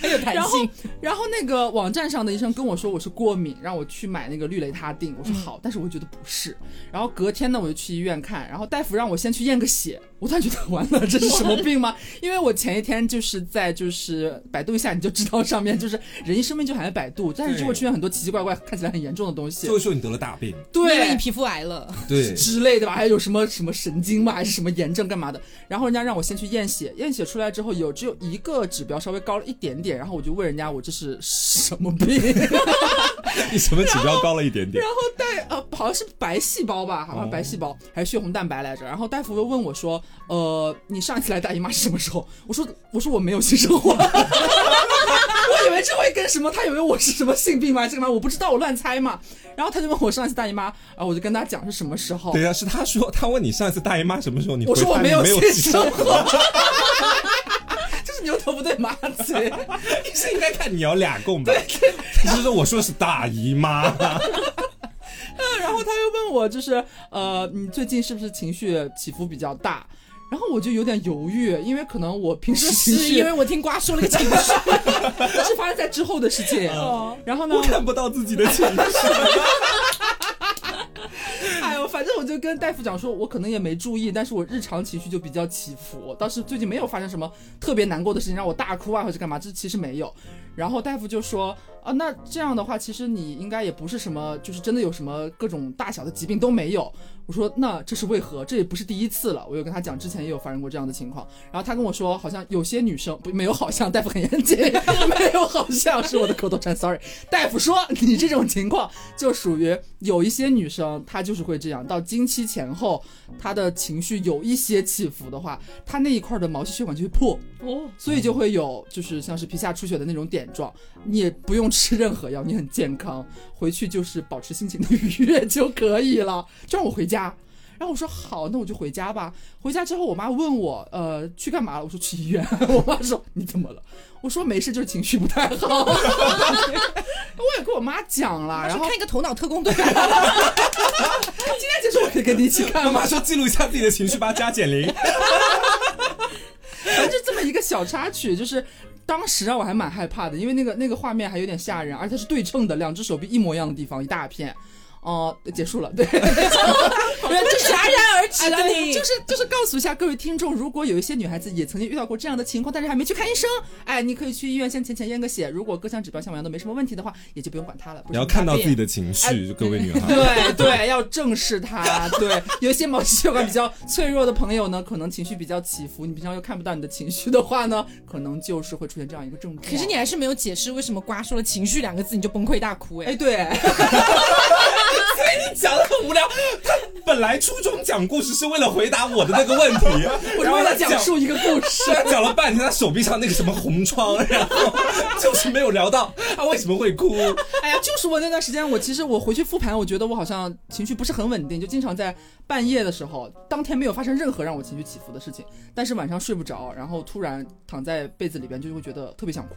S1: 很有弹
S3: 然后
S1: 性。
S3: 然后那个网站上的医生跟我说我是过敏，让我去买那个氯雷他定。我说
S1: 嗯
S3: 好，但是我觉得不是。然后隔天呢，我就去医院看，然后大夫让我先去验个血。我突然觉得 完了，这是什么病吗？因为我前一天就是在就是百度一下你就知道上面就是人一生病就喊百度，但是就会出现很多奇奇怪怪、看起来很严重的东西
S2: 就，会说你得了大病，
S1: 因为你
S3: 对
S1: 皮肤癌 了，
S2: 对
S3: 之类的吧？还有什么什么神经吧，还是什么炎症干嘛的？然后人家让我先去验血，验血出来之后有只有一个指标稍微高了一点点，然后我就问人家我这是什么病？
S2: 你什么指标高了一点点
S3: 然？后大呃，好像是白细胞吧，好像白细胞、还是血红蛋白来着。然后大夫又问我说：“呃，你上一次来大姨妈是什么时候？”我说：“我说我没有性生活。” 我以为这会跟什么，他以为我是什么性病吗？还是干嘛？我不知道，我乱猜嘛。然后他就问我上一次大姨妈，然后我就跟他讲是什么时候
S2: 对。
S4: 啊
S2: 呀、是他说他问你上一次大姨妈什么时候，你
S3: 我说
S2: 回
S3: 我
S2: 答
S3: 没
S2: 你
S3: 有
S2: 没有
S3: 性
S2: 记
S3: 生活， 就是牛头不对马嘴。
S2: 是应该看你要俩供吧？ 你是说我说是大姨 妈？
S3: 然后他又问我，就是呃，你最近是不是情绪起伏比较大？然后我就有点犹豫，因为可能我平时情
S1: 是
S3: 绪
S1: 因为我听瓜说了个情 绪，
S3: 这 是发生在之后的事情。
S1: 哦
S3: 然后呢
S2: 我，看不到自己的情绪。
S3: 哎呦，反正我就跟大夫讲说，我可能也没注意，但是我日常情绪就比较起伏。当时最近没有发生什么特别难过的事情让我大哭啊，或者干嘛，这其实没有。然后大夫就说啊，那这样的话，其实你应该也不是什么，就是真的有什么各种大小的疾病都没有。我说那这是为何？这也不是第一次了。我有跟他讲，之前也有发生过这样的情况。然后他跟我说，好像有些女生不没有好像，大夫很严谨， 没有好像是我的口头禅，sorry。大夫说你这种情况就属于有一些女生，她就是会这样，到经期前后，她的情绪有一些起伏的话，她那一块的毛细血管就会破，
S1: 哦，
S3: 所以就会有就是像是皮下出血的那种点状。你也不用吃任何药，你很健康，回去就是保持心情的愉悦就可以了。 就让我回家。然后我说好，那我就回家吧。 回家之后，我妈问我，呃，去干嘛了？我说去医院。 我妈说你怎么了？ 我说没事，就是情绪不太好。 我也跟我妈讲了，
S1: 然
S3: 然后
S1: 后看一个头脑特工队，啊
S3: 今天结束我可以跟你一起看
S2: 妈
S3: 吗
S2: 妈？说记录一下自己的情绪吧，加减零。
S3: 反正就这么一个小插曲，就是当时让我还蛮害怕的，因为那个那个画面还有点吓人，而且它是对称的，两只手臂一模一样的地方，一大片。哦、结束了，对，
S1: 戛然而止
S3: 哎，
S1: 啊
S3: 对，
S1: 你！
S3: 就是就是告诉一下各位听众，如果有一些女孩子也曾经遇到过这样的情况，但是还没去看医生，哎，你可以去医院先浅浅验个血，如果各项指标像完都没什么问题的话，也就不用管它了。不
S2: 你
S3: 是
S2: 要
S3: 什么
S2: 看
S3: 大
S2: 到自己
S3: 病。
S2: 的情绪，各位女孩。
S3: 对对，要正视它。对，有一些毛细血管比较脆弱的朋友呢，可能情绪比较起伏，你平常又看不到你的情绪的话呢，可能就是会出现这样一个症状。
S1: 可是你，还是没有解释为什么瓜说了“情绪”两个字你就崩溃大哭哎
S3: 哎，。对，
S2: 讲的很无聊。他本来初中讲故事是为了回答我的那个问题，
S3: 我是
S2: 然后
S3: 为
S2: 他
S3: 了讲述一个故事。
S2: 他讲了半天，他手臂上那个什么红疮，然后就是没有聊到他为什么会哭。
S3: 哎呀，就是我那段时间，我其实我回去复盘，我觉得我好像情绪不是很稳定，就经常在半夜的时候，当天没有发生任何让我情绪起伏的事情，但是晚上睡不着，然后突然躺在被子里边就会觉得特别想哭，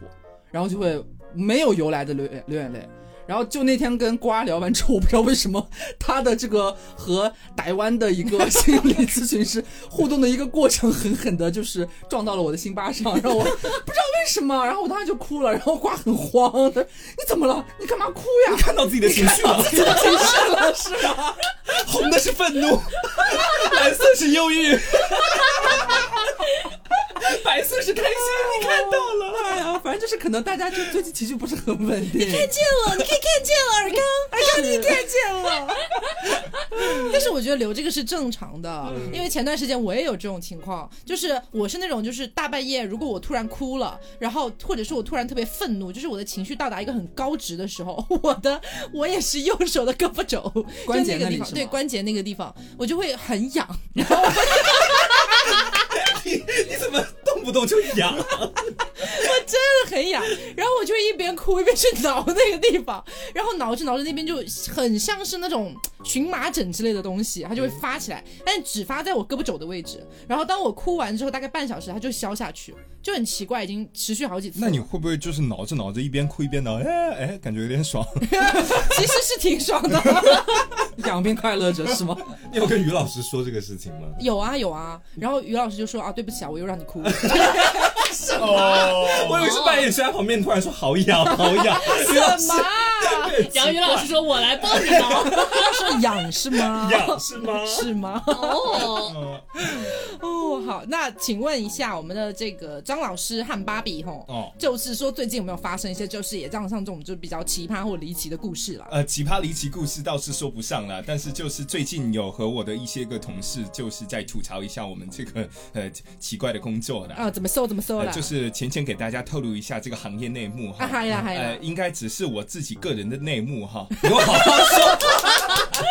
S3: 然后就会没有由来的流眼流眼泪。然后就那天跟瓜聊完之后，我不知道为什么他的这个和台湾的一个心理咨询师互动的一个过程，狠狠的就是撞到了我的心巴上，让我不知道为什么，然后我当时就哭了，然后瓜很慌，他说你怎么了？你干嘛哭呀？
S2: 看到自己的情绪了，
S3: 真是了，是吧？
S2: 红的是愤 怒，蓝色是忧郁，白色是开心。
S3: 你看到 了，哎呀，反正就是可能大家就最近情绪不是很稳定。
S1: 看见了，你可以看见了，尔 康，尔康，你看见了。 但是我觉得留这个是正常的，因为前段时间我也有这种情况，就是我是那种就是大半夜，如果我突然哭了，然后或者是我突然特别愤怒，就是我的情绪到达一个很高值的时候， 我的我也是右手的胳膊肘
S3: 关节
S1: 就那个
S3: 那里
S1: 地方，
S3: 是吗
S1: 对关节那个地方，我就会很痒。
S2: 你你怎么动不动就痒？啊
S1: 真的 很痒，然后我就一边哭一边去挠那个地方，然后挠着挠着那边就很像是那种荨麻疹之类的东西，它
S4: 嗯
S1: 就会发起来，但只发在我胳膊肘的位置。然后当我哭完之后，大概半小时它就消下去，就很奇怪，已经持续好几次了。
S4: 那你会不会就是挠着挠着一边哭一边挠？哎哎，感觉有点爽。
S1: 其实是挺爽的。
S3: 养病快乐者是吗？
S2: 你有跟于老师说这个事情吗？
S1: 有啊有啊，然后于老师就说啊，对不起啊，我又让你哭。
S4: 哦，
S2: 我以为是半夜睡在旁边，突然说好痒好痒。于
S1: 什
S2: 老师
S1: 么啊？
S5: 然后于老师说：“我来帮你 挠。
S1: 他说痒是吗？
S2: 痒是吗？
S1: 是吗？”
S5: 哦，
S1: 哦，好，那请问一下我们的这个张老师和芭比吼，
S4: 哦
S1: 就是说最近有没有发生一些就是也这样像这种就比较奇葩或离奇的故事啦？
S4: 呃，奇葩离奇故事倒是说不上啦，但是就是最近有和我的一些个同事，就是在吐槽一下我们这个呃奇怪的工作的。
S1: 啊，怎么搜怎么搜
S4: 呃
S1: 啦？
S4: 就是浅浅给大家透露一下这个行业内幕哈，
S1: 啊嗨呀嗨呀
S4: 呃，应该只是我自己个人的内幕哈。
S2: 给我好好说，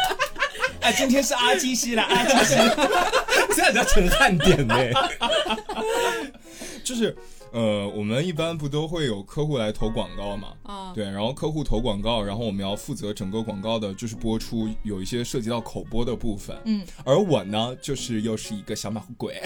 S4: 哎，今天是阿基西啦，阿基西。
S2: 现在叫陈汉典呢。
S4: 就是呃，我们一般不都会有客户来投广告嘛？
S1: 啊
S4: 对，然后客户投广告，然后我们要负责整个广告的，就是播出有一些涉及到口播的部分。
S1: 嗯，
S4: 而我呢，就是又是一个小马虎鬼，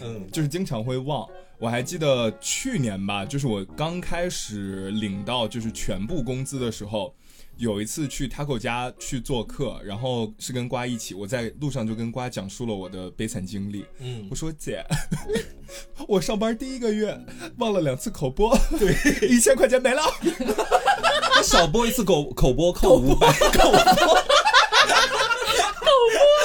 S2: 嗯
S4: 就是经常会忘。我还记得去年吧，就是我刚开始领到就是全部工资的时候。有一次去 Taco 家去做客，然后是跟瓜一起，我在路上就跟瓜讲述了我的悲惨经历。
S2: 嗯
S4: 我，说姐，我上班第一个月忘了两次口播，对， 一千块钱没了。
S2: 他少播一次口口播扣五百，口播，口播，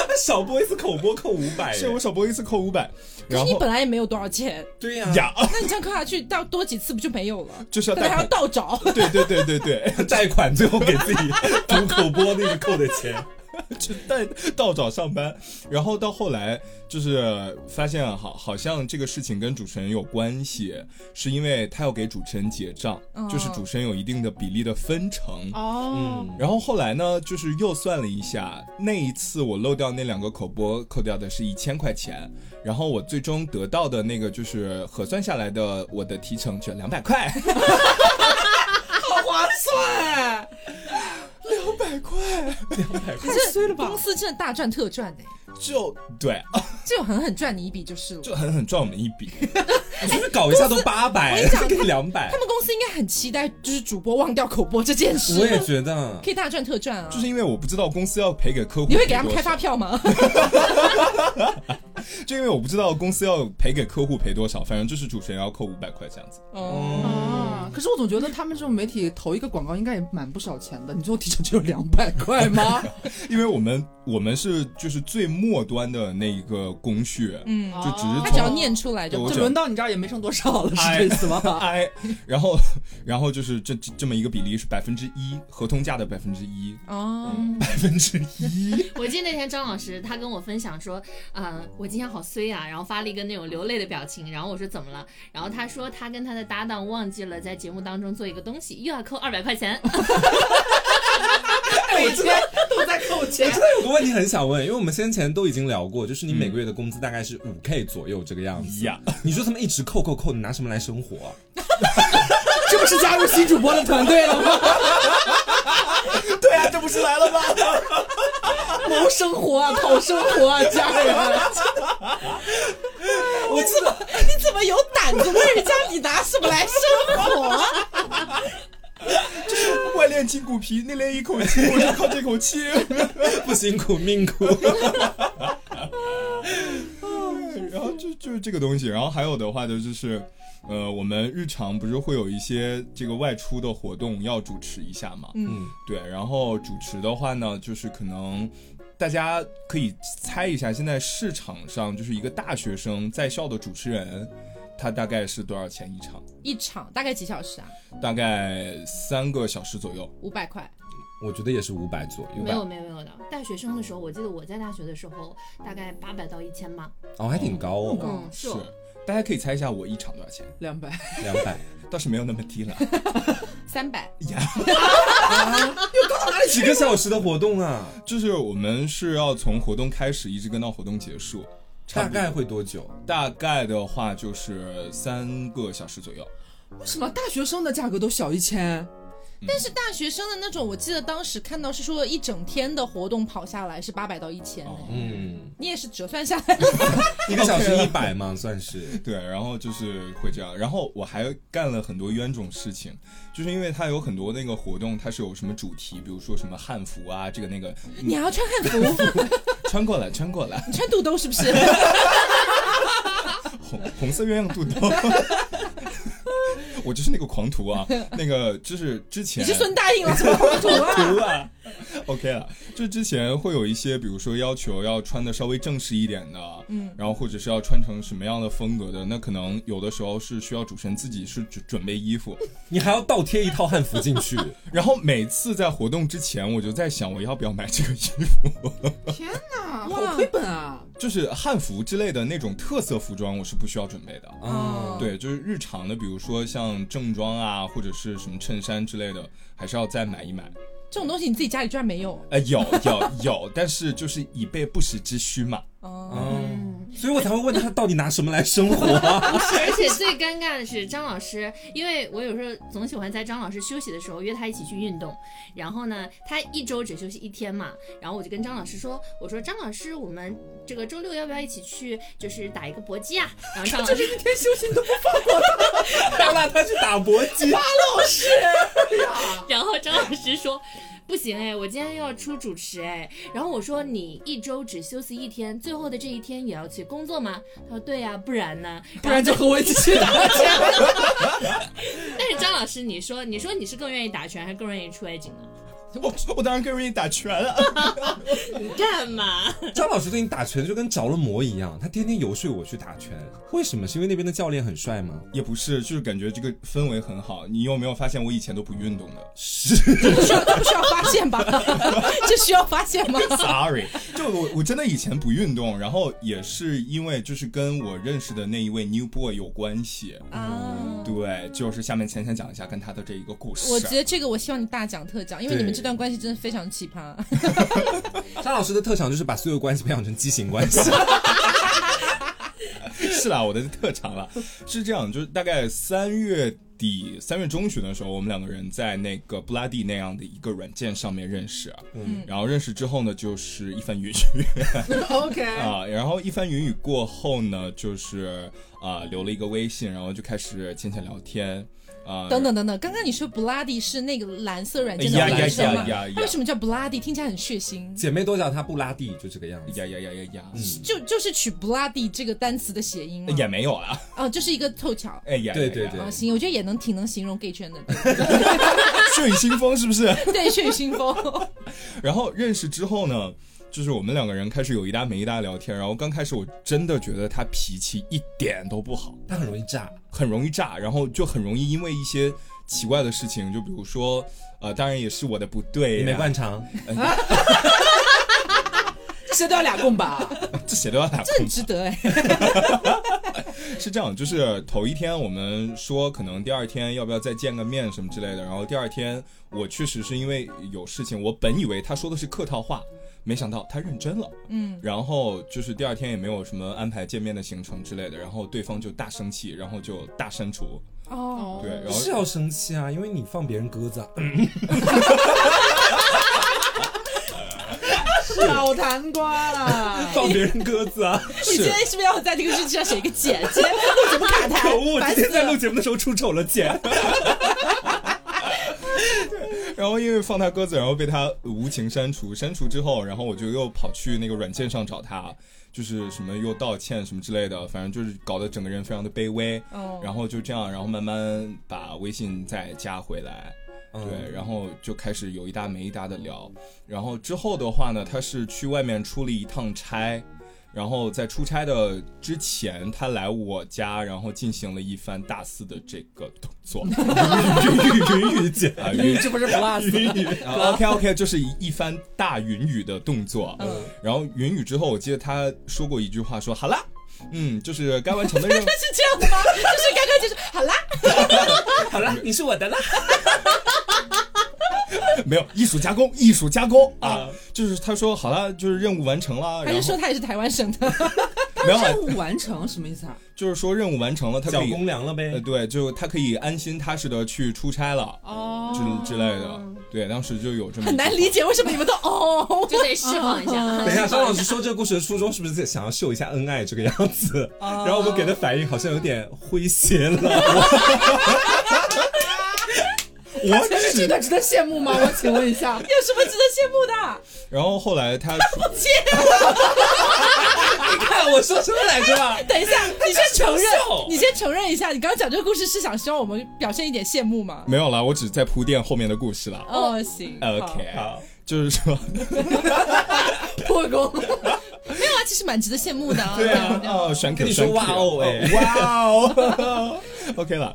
S2: 他少播一次口播扣五百。
S4: 是我少播一次扣五百，
S1: 可
S4: 然
S1: 是你
S4: 后
S1: 本来也没有多少 钱，
S2: 对呀，
S4: 呀，
S1: 那你这样看下去，到多几次不就没有了？
S4: 就是要
S1: 可能
S4: 贷
S1: 还要
S4: 款，
S1: 倒找。
S4: 啊对对对对对，
S2: 贷款最后给自己读口播那个扣的钱。
S4: 就贷到找上班。然后到后来就是发现好，好像这个事情跟主持人有关系，是因为他要给主持人结账，
S1: 嗯
S4: 就是主持人有一定的比例的分成。
S1: 哦，
S4: 然后后来呢，就是又算了一下，那一次我漏掉那两个口播，扣掉的是一千块钱，然后我最终得到的那个就是核算下来的我的提成只有两百 块，
S3: 好划算，
S4: 两百块
S1: 太衰了吧！公司真的大赚特赚哎、
S4: 就对，啊
S1: 这就狠狠赚你一笔就是了。
S4: 就狠狠赚我们一笔。
S2: 你是不是搞一下都八百，
S1: 我跟你讲
S2: 给你两百
S1: 他？们公司应该很期待，就是主播忘掉口播这件事，
S2: 我也觉得
S1: 可，以大赚特赚啊！
S4: 就是因为我不知道公司要赔给客户，
S1: 你会给他们开发？票吗？
S4: 就因为我不知道公司要赔给客户赔多少，反正就是主持人要扣五百块这样子。
S1: 哦，
S3: 啊，可是我总觉得他们这种媒体投一个广告应该也蛮不少钱的，你最后提成只有两百块吗？
S4: 因为我们我们是就是最末端的那一个工序，
S1: 嗯，
S4: 就只是
S1: 他
S4: 从
S1: 只要念出来
S4: 对
S1: 就
S4: 我
S3: 就
S4: 想
S3: 轮到你这儿也没剩多少了，
S4: 哎
S3: 是这意思吗？
S4: 哎，然后然后就是这这这么一个比例是百分之一，合同价的百分之一，
S1: 哦，
S4: 百分之一，
S5: 我记得那天张老师他跟我分享说，呃，我今天好衰啊，然后发了一个那种流泪的表情，然后我说怎么了？然后他说他跟他的搭档忘记了在节目当中做一个东西，又要扣二百块钱。
S3: 每天都在扣钱
S2: 现在有个问题很想问，因为我们先前都已经聊过，就是你每个月的工资大概是五 K 左右这个样子。
S4: 呀
S2: 你说他们一直扣扣扣，你拿什么来生活 啊？
S3: 这不是加入新主播的团队了吗？
S4: 对啊，这不是来了 吗？
S3: 谋生活啊，讨生活啊，家人。
S1: 我怎么你怎么有胆子问人家你拿什么来生活？
S4: 外练筋骨皮，内练一口气，我就靠这口气。
S2: 不辛苦命苦。
S4: 然后就就是这个东西，然后还有的话就就是，呃，我们日常不是会有一些这个外出的活动要主持一下嘛？
S2: 嗯，
S4: 对，然后主持的话呢，就是可能。大家可以猜一下，现在市场上就是一个大学生在校的主持人，他大概是多少钱一场？
S1: 一场大概几小时啊？
S4: 大概三个小时左右。
S1: 五百块。
S2: 我觉得也是五百左右
S5: 没有
S2: 吧。
S5: 没有没有的，大学生的时候，我记得我在大学的时候大概八百到一千吧。
S2: 哦，还挺高哦，
S5: 嗯，是
S4: 是
S5: 我，
S4: 大家可以猜一下我一场多少钱？
S3: 两百，
S2: 两百。
S4: 倒是没有那么低了。
S1: 三百，
S2: 几个小时的活动啊，
S4: 就是我们是要从活动开始一直跟到活动结束，差
S2: 大
S4: 不多
S2: 概会多久？
S4: 大概的话就是三个小时左右。
S3: 为什么大学生的价格都小一千？
S1: 但是大学生的那种，我记得当时看到是说一整天的活动跑下来是八百到一千、
S4: 哦
S2: 嗯，
S1: 你也是折算下来，
S2: 一个小时一百嘛，算是。
S4: 对，然后就是会这样，然后我还干了很多冤种事情，就是因为它有很多那个活动，它是有什么主题，比如说什么汉服啊，这个那个，
S1: 你还要穿汉服，
S4: 穿过来，穿过来，
S1: 你穿肚兜是不是？
S4: 红红色鸳鸯肚兜， 我就是那个狂徒啊，那个就是之前
S1: 你是孙答应了什么黄土啊？
S4: 图啊，OK 了。就之前会有一些，比如说要求要穿的稍微正式一点的，嗯，然后或者是要穿成什么样的风格的，那可能有的时候是需要主持人自己是准准备衣服。
S2: 你还要倒贴一套汉服进去，
S4: 然后每次在活动之前，我就在想我要不要买这个衣服，
S3: 天哪，
S1: 哇
S3: 好亏本啊！
S4: 就是汉服之类的那种特色服装，我是不需要准备的。
S2: 嗯
S1: 哦，
S4: 对，就是日常的，比如说像正装啊，或者是什么衬衫之类的，还是要再买一买。
S1: 这种东西你自己家里居然没有
S4: 呃，有有有， 但是就是以备不时之需嘛。
S1: 哦，
S2: 嗯，所以我才会问他到底拿什么来生活啊？
S5: 而且最尴尬的是张老师，因为我有时候总喜欢在张老师休息的时候约他一起去运动，然后呢，他一周只休息一天嘛，然后我就跟张老师说，我说张老师，我们这个周六要不要一起去，就是打一个搏击啊？然后张老师
S3: 一天休息你都不
S2: 大拉他去打搏击，
S5: 然后张老师说。不行哎，我今天要出主持哎。然后我说你一周只休息一天，最后的这一天也要去工作吗？他说对呀、不然呢？
S3: 不然就和我一起去打。
S5: 但是张老师，你说你说你是更愿意打拳还是更愿意出啊外景呢？
S4: 我我当然更愿意打拳啊了。
S5: 你干嘛？
S2: 张老师最近打拳就跟着了魔一样，他天天游说我去打拳，为什么？是因为那边的教练很帅吗？
S4: 也不是，就是感觉这个氛围很好。你有没有发现我以前都不运动的
S1: 这不需要这不需要发现吧？这需要发现吗？
S4: ？Sorry，就 我我真的以前不运动，然后也是因为就是跟我认识的那一位 New Boy 有关系。
S1: 啊。
S4: 对，就是下面浅浅讲一下跟他的这一个故事。
S1: 我觉得这个我希望你大讲特讲，因为
S2: 对
S1: 你们这段关系真的非常奇葩。
S2: 张老师的特长就是把所有关系培养成畸形关系。
S4: 是啦，我的特长了。是这样，就是大概三月底、三月中旬的时候，我们两个人在那个布拉蒂那样的一个软件上面认识。嗯，然后认识之后呢，就是一番云雨
S3: OK，
S1: 嗯
S4: 啊，然后一番云雨过后呢，就是啊、留了一个微信，然后就开始浅浅聊天。啊、
S1: 等等等等，刚刚你说 bloody 是那个蓝色软件的
S4: 哎呀
S1: 男生吗
S4: 呀呀呀呀？
S1: 它为什么叫 bloody？听起来很血腥。
S2: 姐妹都叫他布拉蒂，就这个样子。
S4: 呀呀呀呀呀，
S2: 嗯
S4: 哎
S1: 就就是取 bloody 这个单词的谐音吗？
S4: 也没有啦，啊
S1: 哦，就是一个凑巧。
S4: 哎呀，
S2: 对
S4: 呀呀
S2: 对对
S1: 哦，行，我觉得也能能挺能形容 gay 圈的，
S4: 血雨腥风是不是？
S1: 对血雨腥风。
S4: 然后认识之后呢，就是我们两个人开始有一搭没一搭聊天。然后刚开始我真的觉得他脾气一点都不好，
S2: 他很容易炸。
S4: 很容易炸，然后就很容易因为一些奇怪的事情，就比如说，呃，当然也是我的不对
S2: 你
S4: 呀、
S2: 没灌肠，
S3: 这谁都要俩供吧？
S4: 这谁都要打
S1: 这很
S4: 控
S1: 值得哎、
S4: 是这样，就是头一天我们说可能第二天要不要再见个面什么之类的，然后第二天我确实是因为有事情，我本以为他说的是客套话，没想到他认真了，
S1: 嗯，
S4: 然后就是第二天也没有什么安排见面的行程之类的，然后对方就大生气，然后就大删除，
S1: 哦，
S4: 对，然后
S2: 是要生气啊，因为你放别人鸽子啊。
S3: 少谈瓜 啦！
S2: 放别人鸽子 啊！
S1: 你今天是不是要在这个日记上写一个姐姐？ 我怎么卡
S2: 可
S1: 痰？
S2: 恶！今天在录节目的时候出丑了，姐。
S4: 然后因为放他鸽子，然后被他无情删除，删除之后，然后我就又跑去那个软件上找他，就是什么又道歉什么之类的，反正就是搞得整个人非常的卑微。
S1: 哦
S4: 然后就这样，然后慢慢把微信再加回来，
S2: 嗯
S4: 对，然后就开始有一搭没一搭的聊。然后之后的话呢，他是去外面出了一趟差，然后在出差的之前，他来我家，然后进行了一番大肆的这个动 作，
S2: 云云雨姐，
S4: 啊，
S3: 你这不是 plus？
S2: 雨，
S4: OK OK，就是一一番大云雨的动作。
S2: 嗯
S4: 然后云雨之后，我记得他说过一句话说，好啦，嗯，就是该完成的任
S1: 是
S4: 务，
S1: 这样的吗？就是刚刚就是好啦，
S2: 好了，你是我的了。
S4: 没有艺术加工，艺术加工啊，就是他说好啦，就是任务完成了，
S1: 还
S4: 然
S1: 是说
S4: 后
S1: 他也是台湾省的？
S4: 没有啊
S3: 任，务完成什么意思啊？
S4: 就是说任务完成了，他
S2: 小
S4: 可以
S2: 公粮了
S4: 呃
S2: 呗。
S4: 对，就他可以安心踏实的去出差了
S3: 哦
S4: 之之类的，对，当时就有这么
S1: 很
S4: 一
S1: 难
S4: 句
S1: 理解为什么你们都 哦。
S5: 就得释放一下。嗯
S2: 等一下，张老师说这个故事的初衷是不是想要秀一下恩爱这个样子？ 然后我们给的反应好像有点诙谐了。
S4: 话，我
S3: 这这
S4: 只，
S3: 段值得羡慕吗？我请问一下，
S1: 有什么值得羡慕的？
S4: 然后后来他
S2: 你看我说什么来 着？
S1: 等一下，你先承认
S2: 真
S4: 哦
S2: 笑，
S1: 你先承认一下，你刚刚讲这个故事是想希望我们表现一点羡慕吗？
S4: 没有啦，我只在铺垫后面的故事了。
S1: 哦，行好
S4: OK，
S2: 好
S4: 就是说，
S3: 破功。
S1: 没有啊，其实蛮值得羡慕的啊。
S4: 对啊，哦，选
S2: 跟你说哇哦哎
S4: 哇哦 ，OK 了，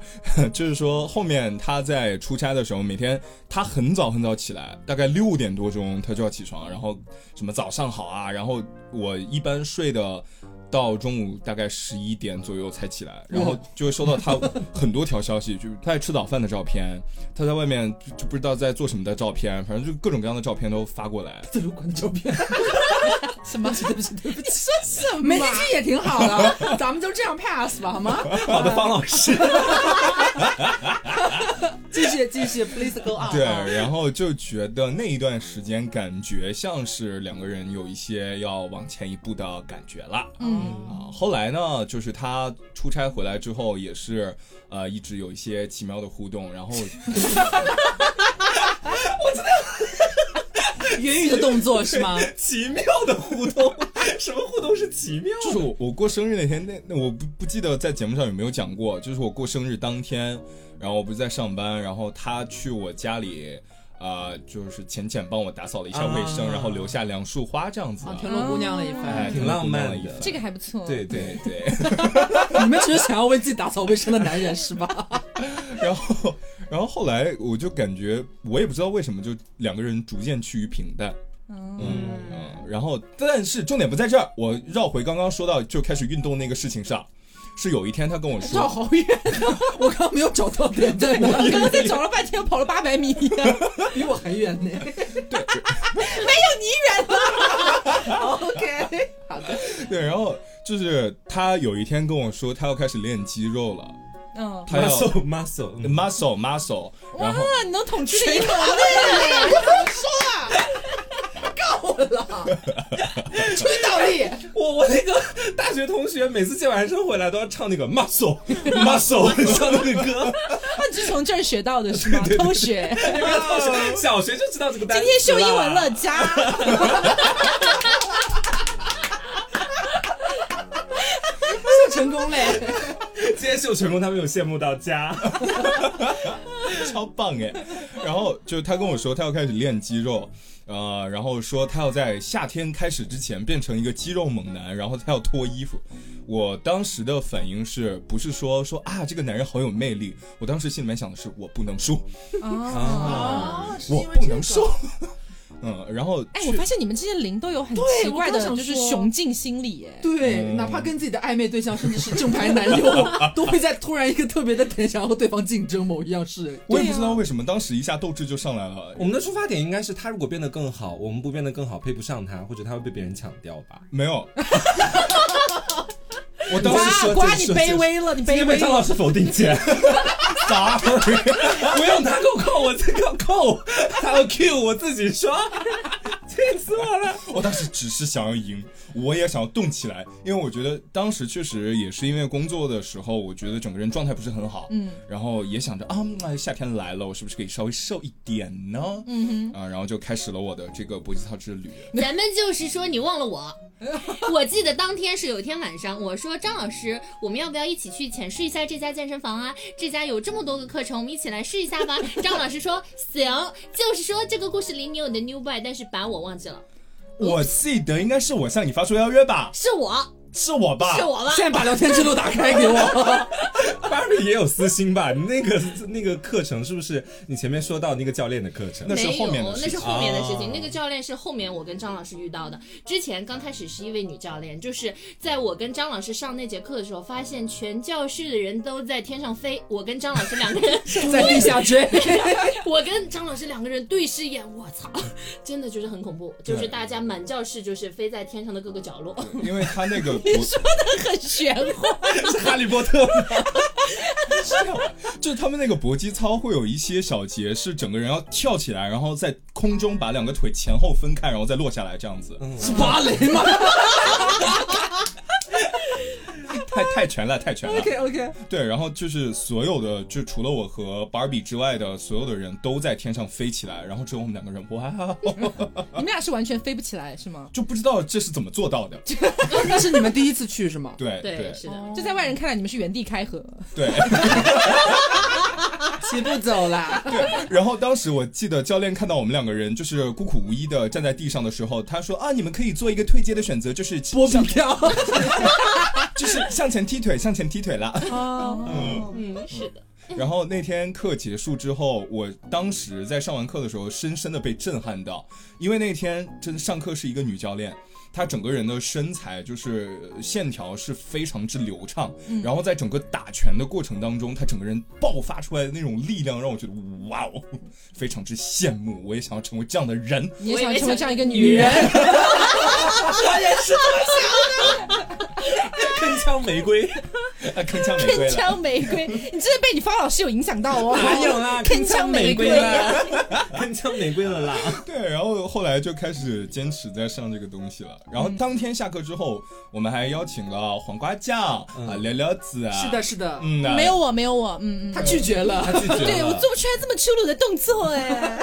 S4: 就是说后面他在出差的时候，每天他很早很早起来，大概六点多钟他就要起床，然后什么早上好啊，然后我一般睡的。到中午大概十一点左右才起来，然
S2: 嗯
S4: 后就会收到他很多条消息，就是他在吃早饭的照片，他在外面就就不知道在做什么的照片，反正就各种各样的照片都发过来。
S3: 自如管照片，
S1: 什么？
S3: 对不起对不起，
S1: 说什么？
S3: 没进去也挺好的，咱们就这样 pass 吧，好吗？
S2: 好的，方老师，
S3: 继续继续，please go on。
S4: 对，
S2: 哦
S4: 然后就觉得那一段时间感觉像是两个人有一些要往前一步的感觉了。
S1: 嗯，
S4: 啊，后来呢，就是他出差回来之后，也是呃，一直有一些奇妙的互动。 然后
S3: 云雨的动作是吗？
S2: 奇妙的互动，什么互动是奇妙？
S4: 就是我我过生日那天，那那我不不记得在节目上有没有讲过，就是我过生日当天，然后我不是在上班，然后他去我家里，呃，就是浅浅帮我打扫了一下卫生，
S2: 啊哦
S4: 然后留下两束花这样子
S3: 啊，。田螺姑娘了一番
S4: 哎，。
S2: 挺浪漫的
S4: 挺番
S1: 这个还不错。
S2: 对对，
S4: 对对。哦
S3: 你们只是想要为自己打扫卫生的男人是 吧？
S4: 然后，然后后来我就感觉，我也不知道为什么，就两个人逐渐趋于平淡。嗯嗯，然后但是重点不在这儿，我绕回刚刚说到就开始运动那个事情上，是有一天他跟我
S3: 绕
S4: 说，
S3: 好远，啊我刚刚没有找到点在哪
S1: 你
S3: 里，
S1: 刚 刚在找了半天，跑了八百米，没有
S3: 离我很远呢。
S1: 你远了。
S3: 啊 OK，好的，
S4: 对，然后就是他有一天跟我说他要开始练肌肉了
S1: 嗯，
S4: 他要
S2: muscle muscle，嗯
S4: ，muscle muscle，然后
S1: 哇，你能统治一头呢？
S3: 够了，出去倒立。
S2: 我我那个大学同学，每次接完生回来都要唱那个 muscle muscle，唱那个歌。
S1: 啊你是从这儿学到的是吗？偷学。
S2: 小学就知道这个单
S1: 今
S2: 词
S1: 天秀英文了，
S2: 啦。
S1: 加。
S3: 成功嘞！
S2: 今天秀成功，他们有羡慕到家。
S4: 超棒哎！然后就他跟我说，他要开始练肌肉，呃，然后说他要在夏天开始之前变成一个肌肉猛男，然后他要脱衣服。我当时的反应是不是说说啊这个男人好有魅力？我当时心里面想的是我不能输，
S1: 哦。
S3: 是因
S4: 啊我
S3: 为
S4: 不
S3: 这
S4: 能
S3: 个
S4: 输。 嗯，然后
S1: 哎，
S4: 去
S1: 我发现你们这些零都有很
S3: 对
S1: 奇怪
S3: 我刚
S1: 的，
S3: 想
S1: 就是
S3: 说
S1: 雄竞心理耶。
S3: 对，
S4: 嗯
S3: 哪怕跟自己的暧昧对象，甚至是正牌男 友，都会在突然一个特别的点想要和对方竞争某一样事。
S4: 我也不知道为什么当时一下斗志就上来了
S2: 我。们的出发点应该是他如果变得更好，我们不变得更好，配不上他，或者他会被别人抢掉吧。
S4: 没有，我当
S1: 瓜
S4: 时说
S1: 瓜，
S4: 这
S1: 你
S4: 是
S1: 卑微了，你
S2: 今
S1: 卑
S2: 天
S1: 微
S2: 被张
S1: 了。
S2: 老师否定 前，
S4: 啥？
S2: 不用他给我扣，我自己要扣，他要 Q 我自己说，气死我了。
S4: 我当时只是想要赢，我也想要动起来，因为我觉得当时确实也是因为工作的时候，我觉得整个人状态不是很好，嗯，然后也想着啊，嗯哎夏天来了，我是不是可以稍微瘦一点呢？嗯啊，然后就开始了我的这个搏击操之旅。
S5: 咱们就是说，你忘了我。 我记得当天是有一天晚上，我说张老师，我们要不要一起去浅试一下这家健身房啊？这家有这么多个课程，我们一起来试一下吧。 张老师说行，就是说这个故事里你有你的 new boy，但是把我忘记了，
S4: 我记得应该是我向你发出邀约吧，
S5: 是我，
S4: 是我吧？
S5: 是我吧？
S3: 现在把聊天记录打开给 我，
S2: Barbie 也有私心吧？你那个那个课程是不是你前面说到那个教练的课程
S4: 那？是
S5: 没
S4: 后
S5: 有，
S4: 面的事
S5: 那是
S4: 情啊
S5: 后面的事情。
S2: 哦
S5: 那个教练是后面我跟张老师遇到的。之前刚开始是一位女教练，就是在我跟张老师上那节课的时候，发现全教室的人都在天上飞，我跟张老师两个人
S3: 在地下追。
S5: 我跟张老师两个人对视一眼，我操，真的就是很恐怖，就是大家满教室就是飞在天上的各个角落。
S4: 因为他 那个搏
S1: 很玄乎。
S2: 是哈利波特吗？
S4: 就是他们那个搏击操会有一些小节是整个人要跳起来，然后在空中把两个腿前后分开，然后再落下来这样子，
S3: 是芭蕾吗
S4: 太太全了，太全了。
S3: ？OK OK，
S4: 对，然后就是所有的，就除了我和 Barbie 之外的所有的人都在天上飞起来，然后只有我们两个人，哇，哦
S1: 你们俩是完全飞不起来是吗？
S4: 就不知道这是怎么做到的。
S3: 那是你们第一次去是吗？
S4: 对
S5: 对，
S4: 对
S5: 是
S3: 哦
S5: 的。
S1: 就在外人看来，你们是原地开合。
S4: 对
S3: 起步走啦。
S4: 对。然后当时我记得教练看到我们两个人就是孤苦无依的站在地上的时候，他说啊，你们可以做一个推接的选择，就是
S3: 波比
S4: 向
S3: 跳，
S4: 就是向前踢腿，向前踢腿啦。
S3: 哦，
S5: 嗯，是的，
S4: 然后那天课结束之后，我当时在上完课的时候，深深的被震撼到，因为那天真的上课是一个女教练，她整个人的身材就是呃线条是非常之流畅，
S3: 嗯
S4: 然后在整个打拳的过程当中，她整个人爆发出来的那种力量，让我觉得哇哦，非常之羡慕，我也想要成为这样的人。
S1: 你也
S5: 我以
S1: 想
S5: 为
S1: 成为
S5: 想
S1: 这样一个
S5: 成
S1: 女人？
S2: 铿锵玫瑰，
S4: 啊，铿锵玫 瑰
S1: 铿
S4: 了，
S1: 锵玫瑰，你真的被你方老师有影响到哦。
S2: 哪有啊 啦？
S1: 铿锵玫瑰
S2: 啦，铿锵玫瑰了啦。
S4: 对，然后后来就开始坚持在上这个东西了。然后当天下课之后，我们还邀请了黄瓜酱、啊、聊聊子啊，
S3: 是的，，是的，
S4: 嗯，
S1: 没有我，没有我，嗯嗯。
S3: 他拒绝了。
S4: 他拒绝了。
S1: 对我做不出来这么粗鲁的动作哎，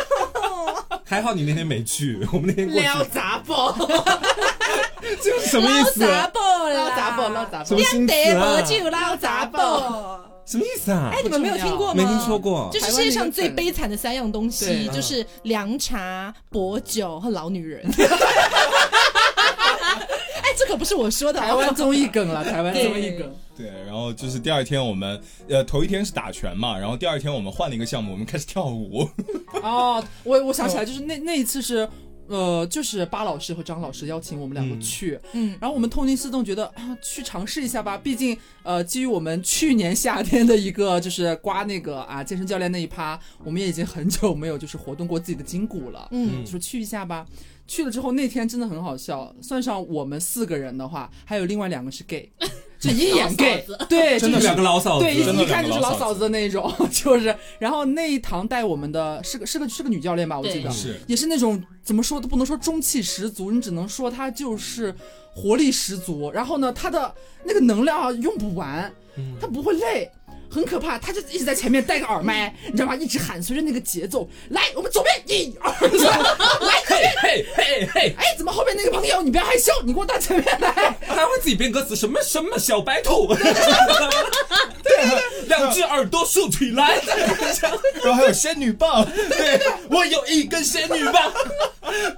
S2: 还好你那天没去，我们那天过去
S3: 杂爆，
S2: 这 是什么意
S1: 捞
S2: 思？啊
S1: 杂爆啦，
S3: 捞杂爆，捞杂
S2: 什
S3: 爆
S2: 么。心
S1: 得
S2: 思
S1: 我
S2: 啊？
S1: 就捞杂爆。
S2: 什么意思啊
S1: 哎，？你们没有听过吗？
S2: 没听说。过嗯
S1: 这。是世界上最悲惨的三样东西，
S3: 对
S1: 就是凉茶、薄酒和老女 人。哎，这可不是我说的，
S3: 台湾综艺梗了，台湾综艺
S1: 对
S3: 梗。
S4: 对，然后就是第二天我们，呃，头一天是打拳嘛，然后第二天我们换了一个项目，我们开始 跳舞。
S3: 哦，我我想起来，就是那那一次是。呃，就是巴老师和张老师邀请我们两个去，
S1: 嗯，
S3: 然后我们痛定思痛，觉得啊，去尝试一下吧。毕竟，呃，基于我们去年夏天的一个就是刮那个啊健身教练那一趴，我们也已经很久没有就是活动过自己的筋骨了。
S1: 嗯，
S3: 就说去一下吧。去了之后那天真的很好笑，算上我们四个人的话，还有另外两个是 gay，就一眼 gay，对，
S2: 真的
S3: 就是
S2: 两个老嫂子，
S3: 对，一
S4: 真的
S3: 一看就是老
S4: 两个老嫂
S3: 嫂子的那种， 就是。然后那一堂带我们的是个是个是个女教练吧，我记
S5: 对
S3: 得
S4: 是
S3: 也是那种怎么说都不能说中气十足，你只能说她就是活力十足。然后呢，她的那个能量啊用不完，她不会累。很可怕，他就一直在前面戴个耳麦，你知道吗？一直喊，随着那个节奏，来，我们左边一二三，来左边，
S2: 嘿嘿嘿，
S3: 哎，怎么后面那个朋友，你不要害羞，你给我到前面来。
S2: 还会自己编歌词，什么什么小白 兔，啊两只耳朵竖起 来，
S4: 然后还有仙女棒，
S2: 对，啊我有一根仙女 棒，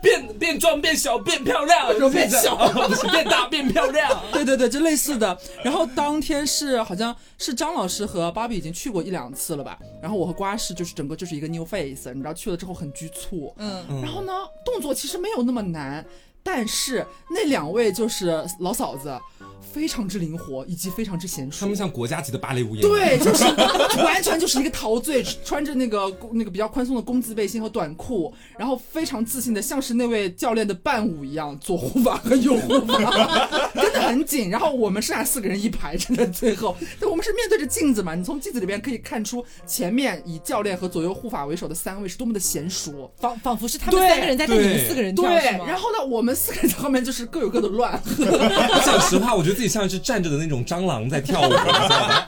S2: 变变壮变小变漂亮，
S3: 说变 小
S2: 不是变大变漂亮，
S3: 对对对，就类似的。然后当天是好像是张老师和芭比已经去过一两次了吧，然后我和瓜是就是整个就是一个 new face，你知道去了之后很局促，
S1: 嗯，
S3: 然后呢动作其实没有那么难，但是那两位就是老嫂子非常之灵活以及非常之娴
S2: 他
S3: 熟
S2: 们。像国家级的芭蕾舞演员，
S3: 对，就是完全就是一个陶醉，穿着那个那个比较宽松的工字背心和短裤，然后非常自信的，像是那位教练的伴舞一样，左护法和右护法， 真的很紧。然后我们剩下四个人一排站在最后，但我们是面对着镜子嘛，你从镜子里边可以看出前面以教练和左右护法为首的三位是多么的娴熟。
S1: 仿仿佛是他们
S3: 对
S1: 三个人在带你们
S2: 对
S1: 四个人
S3: 对
S1: 跳，是，吗
S3: 然后呢，我们四个人在后面就是各有各的乱，
S2: 我讲实话，我觉得自己像一只站着的那种蟑螂在跳舞，你知道吗？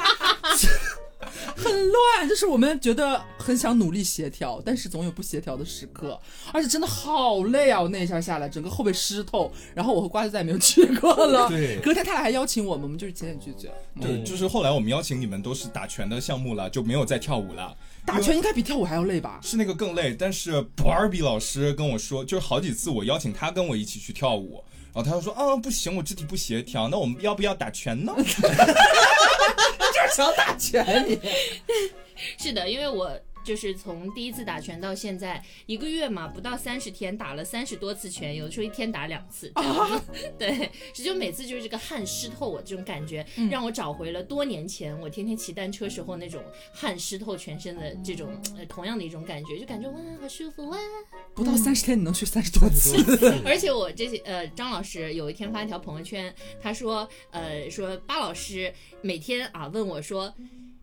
S3: 很乱，就是我们觉得很想努力协调，但是总有不协调的时刻，而且真的好累啊！我那一下下来，整个后背湿透，然后我和瓜子再也没有去过了。
S2: 对
S3: 隔天他俩还邀请我们，我们就是浅浅拒绝。
S1: 嗯
S4: 对，就是后来我们邀请你们都是打拳的项目了，就没有再跳舞了。
S3: 打拳应该比跳舞还要累 吧？
S4: 是那个更累，但是 Barbie 老师跟我说，就是好几次我邀请他跟我一起去跳舞，然后他就说啊不行，我肢体不协调，那我们要不要打拳呢？
S3: 就是想打拳，你
S5: 是的，因为我就是从第一次打拳到现在一个月嘛，不到三十天，打了三十多次拳，有的时候一天打两次。这样子对，是就每次就是这个汗湿透我这种感觉，让我找回了多年前我天天骑单车时候那种汗湿透全身的这种、呃、同样的一种感觉，就感觉哇好舒服哇。
S3: 不到三十天你能去三十多次，
S5: 而且我这些呃，张老师有一天发一条朋友圈，他说呃说巴老师每天啊问我说，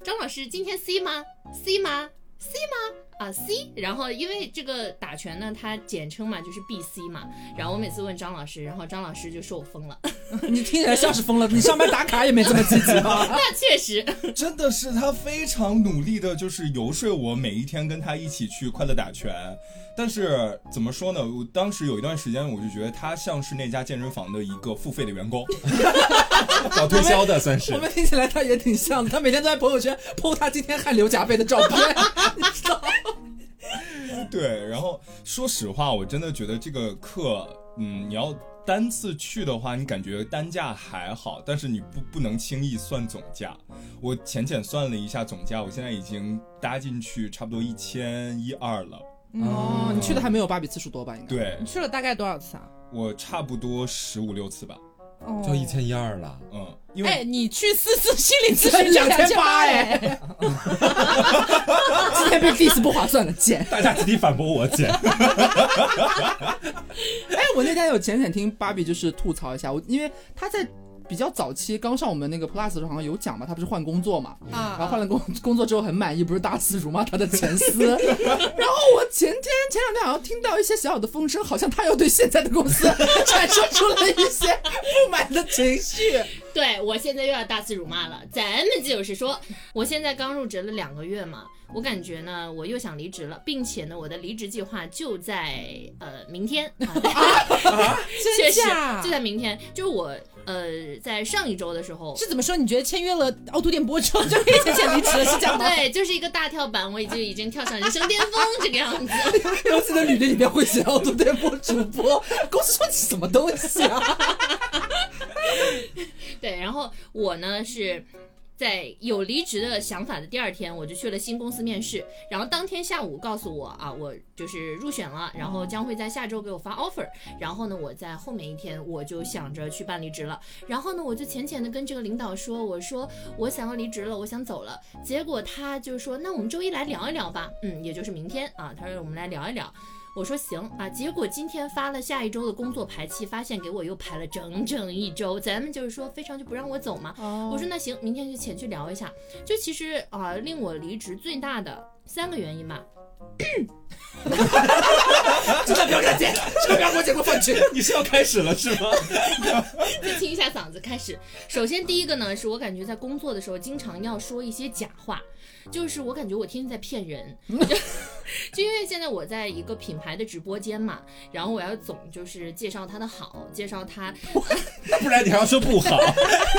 S5: 张老师今天 C 吗？C 吗？C 吗？啊 C，然后因为这个打拳呢，它简称嘛就是 BC 嘛，然后我每次问张老师，然后张老师就说我疯了，
S3: 你听起来像是疯了。你上班打卡也没这么积极吧？
S5: 那确实，
S4: 真的是他非常努力的，就是游说我每一天跟他一起去快乐打拳。但是怎么说呢？我当时有一段时间，我就觉得他像是那家健身房的一个付费的员工，
S2: 搞推销的算是
S3: 我。们听起来他也挺像的，他每天都在朋友圈 PO 他今天汗流浃背的照片，你知道吗？
S4: 对，然后说实话，我真的觉得这个课，嗯，你要单次去的话，你感觉单价还好，但是你不不能轻易算总价。我浅浅算了一下总价，我现在已经搭进去差不多一千一二了。
S1: 嗯
S3: 哦，你去的还没有芭比次数多吧？应该。
S4: 对
S1: 你去了大概多少次啊？
S4: 我差不多十五六次吧，
S1: 哦
S2: 就一。千一二了，
S4: 嗯，因为
S1: 哎，你去四次心理咨询
S3: 两千
S1: 千
S3: 八哎
S1: 哎，
S3: 今天被 diss 不划算了，姐。
S2: 大家集体反驳我姐。
S3: 哎，我那天有浅浅听芭比就是吐槽一下，我因为她在比较早期刚上我们那个 Plus 的时候好像有讲嘛，她不是换工作嘛，
S1: 啊
S3: 然后换了工工作之后很满意，不是大肆辱骂她的前司。然后我前天前两天好像听到一些小小的风声，好像她又对现在的公司 产生出了一些不满的情绪。
S5: 对我现在又要大肆辱骂了。咱们就是说，我现在刚入职了两个月嘛，我感觉呢，我又想离职了，并且呢，我的离职计划就在呃明天 啊，确
S1: 真
S5: 实
S1: 假
S5: 就？在明天，就是我呃在上一周的时候。
S1: 是怎么说？你觉得签约了凹凸电波 之后就可以浅浅离职了，是这样 吗？
S5: 对，就是一个大跳板，我已经已经跳上人生巅峰这个样子。
S3: 然后自己的履历里面会写凹凸电波主播，公司说你什么东西啊？
S5: 对，然后我呢是在有离职的想法的第二天，我就去了新公司面试，然后当天下午告诉我啊，我就是入选了，然后将会在下周给我发 offer，然后呢，我在后面一天我就想着去办离职了，然后呢，我就浅浅的跟这个领导说，我说我想要离职了，我想走了，结果他就说，那我们周一来聊一聊吧，嗯，也就是明天啊，他说我们来聊一聊。我说行啊，结果今天发了下一周的工作排期，发现给我又排了整整一周。咱们就是说非常就不让我走嘛。我说那行，明天就前去聊一下。就其实啊、令我离职最大的三个原因吧。
S3: 这张不要给他接，这张不要给我接，给我放去。
S2: 你是要开始了是吗？
S5: 再清一下嗓子，开始。首先第一个呢，是我感觉在工作的时候经常要说一些假话，就是我感觉我天天在骗人，就因为现在我在一个品牌的直播间嘛，然后我要总就是介绍它的好，介绍它
S2: 不然你还要说不 好。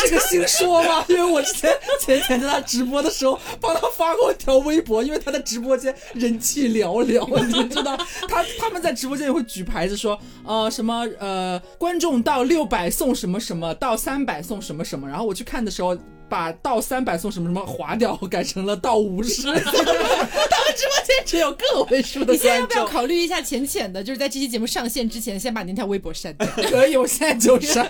S3: 这个新说吗？ 因为我之前前前在他直播的时候帮他发过一条微博，因为他的直播间人气寥寥，你知道，他 他们在直播间也会举牌子说，呃，什么呃，观众到六百送什么什么，到三百送什么什么，然后我去看的时候。把到三百送什么什么划掉，改成了到 五十。他们直播间只有个位数的
S1: 你现在要
S3: 观
S1: 不要
S3: 众，
S1: 考虑一下浅浅的，就是在这期节目上线之前，先把那条微博删掉？
S3: 可以，我现在就删。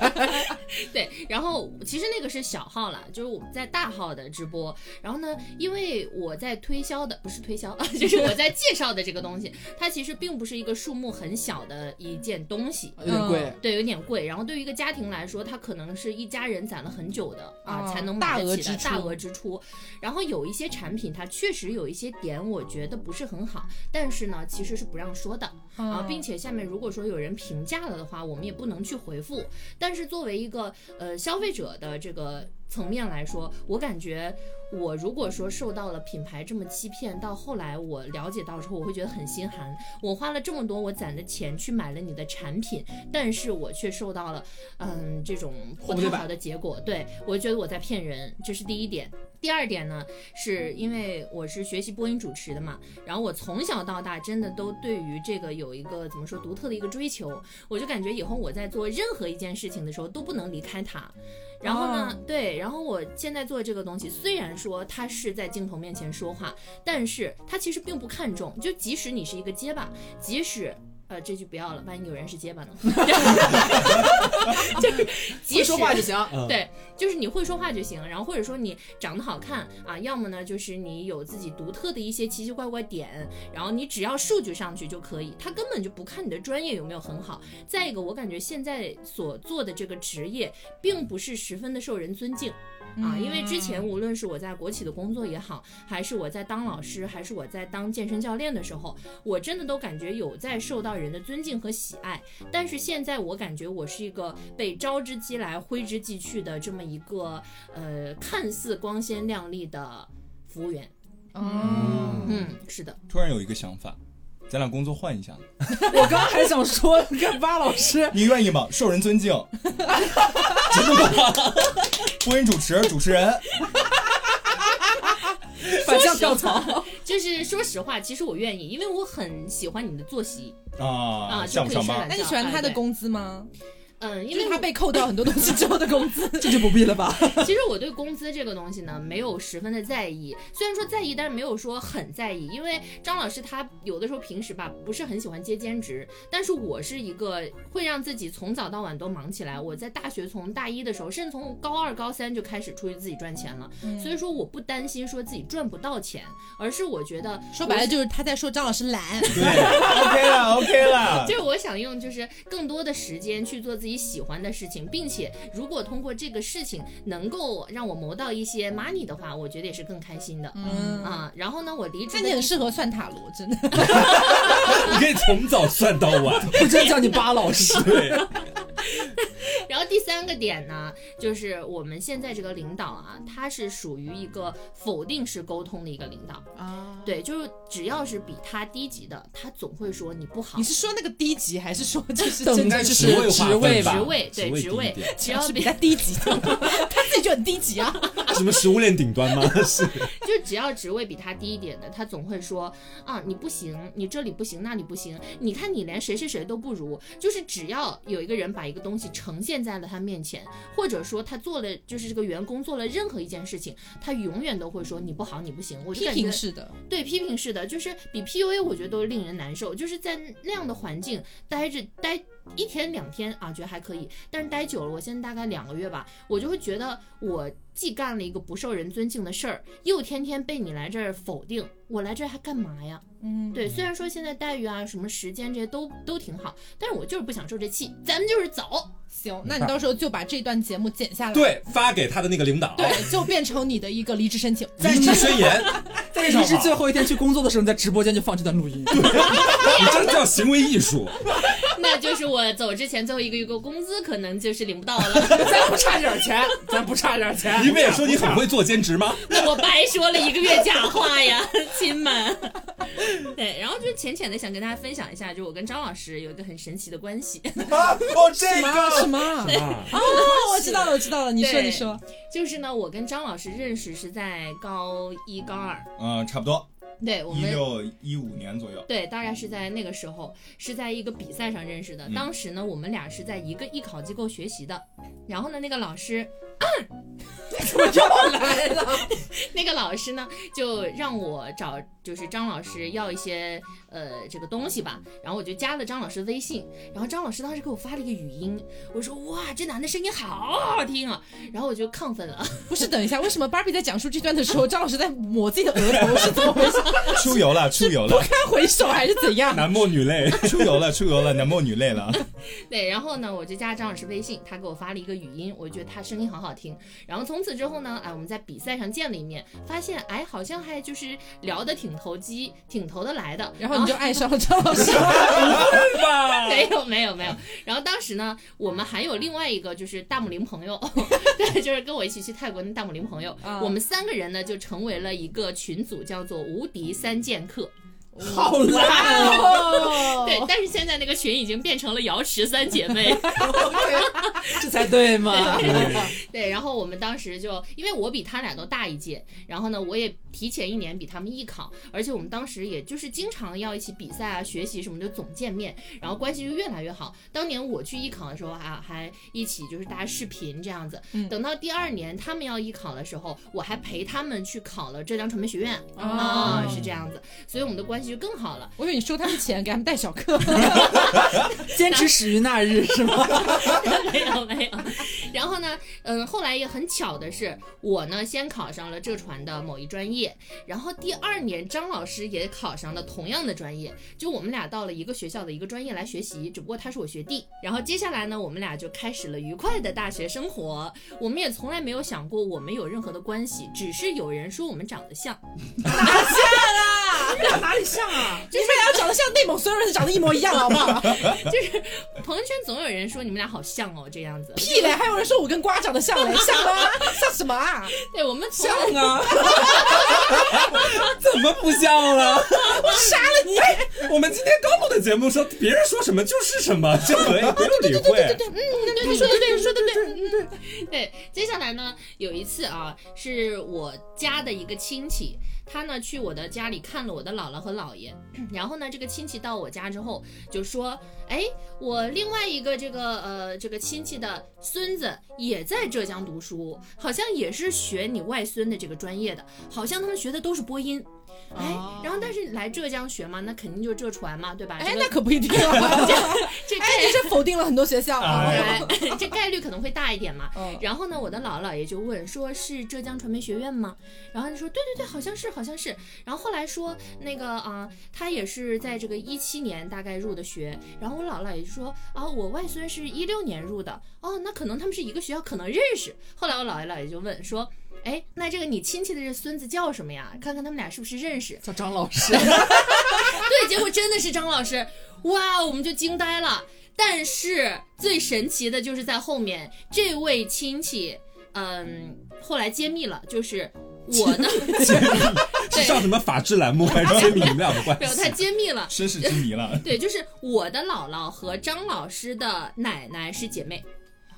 S5: 对，然后其实那个是小号啦，就是我们在大号的直播。然后呢，因为我在推销的不是推销， 就是我在介绍的这个东西，它其实并不是一个数目很小的一件东西。
S3: 有点贵，
S5: 对，有点贵。然后对于一个家庭来说，它可能是一家人攒了很久的啊、
S1: 哦
S5: 才能
S1: 大
S5: 买得
S1: 额
S5: 起的
S1: 支
S5: 大
S1: 出
S5: 额支出。然后有一些产品，它确实有一些点，我觉得不是很好，但是呢，其实是不让说的。啊，
S1: 嗯
S5: 并且下面如果说有人评价了的话，我们也不能去回复。但是作为一个呃消费者的这个层面来说，我感觉我如果说受到了品牌这么欺骗，到后来我了解到之后，我会觉得很心寒。我花了这么多我攒的钱去买了你的产品，但是我却受到了嗯这种不
S3: 红对
S5: 太
S3: 吧
S5: 好的结果。对我觉得我在骗人，这是第一点。第二点呢，是因为我是学习播音主持的嘛，然后我从小到大真的都对于这个有一个怎么说独特的一个追求，我就感觉以后我在做任何一件事情的时候都不能离开它。然后呢，
S3: 哦
S5: 对，然后我现在做这个东西，虽然说它是在镜头面前说话，但是它其实并不看重。就即使你是一个结巴，即使。呃，这句不要了，万一有人是结巴 呢？ 就是，即
S3: 会
S5: 使
S3: 说话就行。
S5: 对，就是你会说话就行，然后或者说你长得好看啊，要么呢就是你有自己独特的一些奇奇怪怪点，然后你只要数据上去就可以，他根本就不看你的专业有没有很好。再一个，我感觉现在所做的这个职业并不是十分的受人尊敬。啊，因为之前无论是我在国企的工作也好，还是我在当老师，还是我在当健身教练的时候，我真的都感觉有在受到人的尊敬和喜爱。但是现在我感觉我是一个被招之即来挥之即去的这么一个呃，看似光鲜亮丽的服务员。
S1: 嗯，
S5: 嗯，是的，
S4: 突然有一个想法，咱俩工作换一下，
S3: 我刚刚还想说，你看巴老师，
S4: 你愿意吗？受人尊敬，真的吗？播音主持，主持人，
S3: 反向跳槽。
S5: 就是说实话，其实我愿意，因为我很喜欢你的作息
S4: 啊，
S5: 啊，就
S4: 像
S5: 可
S4: 不
S5: 以
S4: 像
S5: 睡
S4: 班？
S5: 懒
S1: 那
S5: 觉。
S1: 你喜欢他的
S5: 哎？
S1: 工资吗？
S5: 对嗯，因
S1: 因为
S5: 为
S1: 他被扣掉很多东西之后的工资。
S3: 这就不必了吧？
S5: 其实我对工资这个东西呢，没有十分的在意，虽然说在意，但是没有说很在意。因为张老师他有的时候平时吧，不是很喜欢接兼职，但是我是一个会让自己从早到晚都忙起来。我在大学从大一的时候，甚至从高二、高三就开始出去自己赚钱了，所以说我不担心说自己赚不到钱，而是我觉得
S1: 说白了就是他在说张老师 懒。
S4: 对，OK 了，OK 了
S5: 就。是我想用就是更多的时间去做自己喜欢的事情，并且如果通过这个事情能够让我谋到一些 money 的话，我觉得也是更开心的。
S1: 嗯
S5: 啊，然后呢，我离职
S1: 看
S5: 的
S1: 你很
S5: 地
S1: 适合算塔罗，真的。
S2: 你可以从早算到晚。
S3: 我真叫你巴老师。
S2: 对，
S5: 然后第三个点呢，就是我们现在这个领导啊，他是属于一个否定式沟通的一个领导啊，对，就是只要是比他低级的，他总会说你不好
S1: 你。是说那个低级，还是 说就是
S3: 等
S1: 真
S3: 应该
S1: 的
S3: 就是
S2: 职位划
S3: 职位
S2: 分
S3: 吧
S5: 职位对职位
S2: 低一，点
S5: 只要
S1: 是比
S5: 比
S1: 他低 级的？他自己就很低级啊。
S2: 什么食物链顶端吗？ 是，
S5: 就只要职位比他低一点的，他总会说啊，你不行，你这里不行，那里不行，你看你连谁谁谁都不如。就是只要有一个人把一个东西呈现在了他面前，或者说他做了，就是这个员工做了任何一件事情，他永远都会说你不好，你不行。我就
S1: 批
S5: 感觉
S1: 评式的，
S5: 对批评式的，就是比 PUA 我觉得都令人难受。就是在那样的环境待着待一天两天啊，觉得还可以，但是待久了，我现在大概两个月吧，我就会觉得我既干了一个不受人尊敬的事儿，又天天被你来这儿否定，我来这儿还干嘛呀？
S1: 嗯，
S5: 对，虽然说现在待遇啊、什么时间这些都都挺好，但是我就是不想受这气，咱们就是走。
S1: 行，那你到时候就把这段节目剪下来，
S2: 对，发给他的那个领导，
S1: 哦对，就变成你的一个离职申请。
S2: 离职宣言，
S3: 在离职最后一天去工作的时候，你在直播间就放这段录 音，
S2: 你这叫行为艺 术。
S5: 那就是我走之前最后一个月的工资可能就是领不到了，
S3: 咱不差这点钱，咱不差这点 钱。
S2: 你不也说你很会做兼职吗？
S5: 我白说了一个月假话呀，亲们。对，然后就浅浅的想跟大家分享一下，就我跟张老师有一个很神奇的关系，
S4: 啊哦，这
S1: 啊
S4: 个
S1: 什么啊？
S2: 啊，
S1: 哦，我知道了，我知道了，你说
S5: 对
S1: 你说，
S5: 就是呢，我跟张老师认识是在高一高二，
S4: 嗯、差不多
S5: 对我
S4: 一
S5: 们
S4: 六一五年左右。
S5: 对，大概是在那个时候，是在一个比赛上认识的。
S4: 嗯
S5: 当时呢，我们俩是在一个艺考机构学习的。然后呢，那个老师，我又来了。那 个老师呢，就让我找就是张老师要一些呃这个东西吧。然后我就加了张老师微信。然后张老师当时给我发了一个语音，我说哇，这男的声音好好听啊。然后我就亢奋了，
S1: 不是，等一下，为什么芭比在讲述这段的时候，张老师在抹自己的额头，是怎么回事？
S4: 出游了，出游了，
S1: 该回首还是怎样？
S2: 男莫女泪。
S4: 出游了，出游了，男莫女泪了。
S5: 对，然后呢，我就加张老师微信，他给我发了一个语音，我觉得他声音很好听。然后从此之后呢，哎，我们在比赛上见了一面，发现哎，好像还就是聊得挺投机，挺投得来的。
S1: 然后你就爱上了张老师，
S5: 没有没有没有。然后当时呢，我们还有另外一个就是大姆林朋友， 对，就是跟我一起去泰国的大姆林朋友，
S1: 啊
S5: 我们三个人呢就成为了一个群组，叫做“无敌三剑客”。
S3: 好烂哦！
S5: 对，但是现在那个群已经变成了瑶池三姐妹。
S3: 这才对嘛！
S5: 对，然后我们当时就，因为我比他俩都大一届，然后呢，我也提前一年比他们艺考，而且我们当时也就是经常要一起比赛啊、学习什么的，总见面，然后关系就越来越好。当年我去艺考的时候还还一起就是大家视频这样子，
S1: 嗯
S5: 等到第二年他们要艺考的时候，我还陪他们去考了浙江传媒学院
S1: 哦
S5: 啊、是这样子，所以我们的关系就更好了。
S1: 我以为你收他们钱，给他们带小课，
S3: 坚持始于那日是吗？
S5: 没有没有。然后呢，嗯，后来也很巧的是，我呢先考上了浙传的某一专业，然后第二年张老师也考上了同样的专业，就我们俩到了一个学校的一个专业来学习，只不过他是我学弟。然后接下来呢，我们俩就开始了愉快的大学生活。我们也从来没有想过我们有任何的关系，只是有人说我们长得像。哦
S3: 你俩哪里像啊？
S1: 你们俩长得像内蒙所有人长得一模一样，好不好？
S5: 朋友圈总有人说你们俩好像哦，这样子。
S1: 屁嘞！还有人说我跟瓜长得像嘞，像吗？像什么啊？
S5: 对，我们从
S3: 像
S5: 来
S3: 啊！
S2: 怎么不像了？
S1: 我杀了你！
S2: 我们今天刚录的节目说别人说什么就是什 么，这可以不用理会。
S1: 对，嗯，对，你说的对，你说的对。
S5: 对，接下来呢，有一次啊，是我家的一个亲戚，他呢去我的家里看了我的姥姥和姥爷，然后呢，这个亲戚到我家之后就说，哎，我另外一个这个呃这个亲戚的孙子也在浙江读书，好像也是学你外孙的这个专业的，好像他们学的都是播音，哎，然后但是来浙江学嘛，那肯定就浙传嘛，对吧？
S1: 哦哎，
S5: 这
S1: 那
S5: 个
S1: 可不一定 啊！
S5: 这
S1: 哎，你
S5: 概
S1: 这否定了很多学校啊！
S5: 哎这概率可能会大一点嘛。
S1: 嗯
S5: 然后呢，我的姥姥姥爷就问说：“是浙江传媒学院吗？”然后他说：“对对对，好像是，好像是。”然后后来说那个啊、他也是在这个一七年大概入的学。然后我姥姥姥爷就说：“啊，我外孙是一六年入的，哦，那可能他们是一个学校，可能认识。”后来我姥爷姥爷就问说。哎，那这个你亲戚的这孙子叫什么呀？看看他们俩是不是认识？
S3: 叫张老师，
S5: 对，结果真的是张老师，哇，哦我们就惊呆了。但是最神奇的就是在后面，这位亲戚，嗯，后来揭秘了，就是我的
S2: 是上什么法制栏目还是揭秘你们俩的关
S5: 没有， 他
S2: 系？
S5: 揭秘了，
S4: 身世之谜了，
S5: 对，就是我的姥姥和张老师的奶奶是姐妹，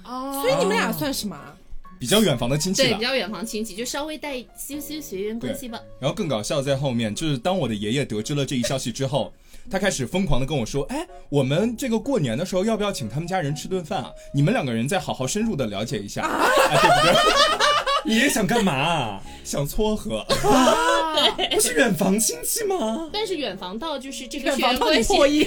S1: 哦，所以你们俩算什么啊？
S4: 比较远房的亲戚
S5: 对，
S4: 了
S5: 比。较远房亲戚，就稍微带羞羞血缘关系吧。
S4: 然后更搞笑在后面，就是当我的爷爷得知了这一消息之后，他开始疯狂的跟我说：“哎，我们这个过年的时候要不要请他们家人吃顿饭啊？你们两个人再好好深入的了解一下， 哎、对不对？
S2: 你也想干嘛啊？
S4: 想撮合，
S2: 不是远房亲 戚吗？
S5: 但是远房到就是这个
S1: 远
S5: 血
S1: 房
S5: 缘
S1: 到
S5: 关
S1: 你
S5: 系，
S1: 破音，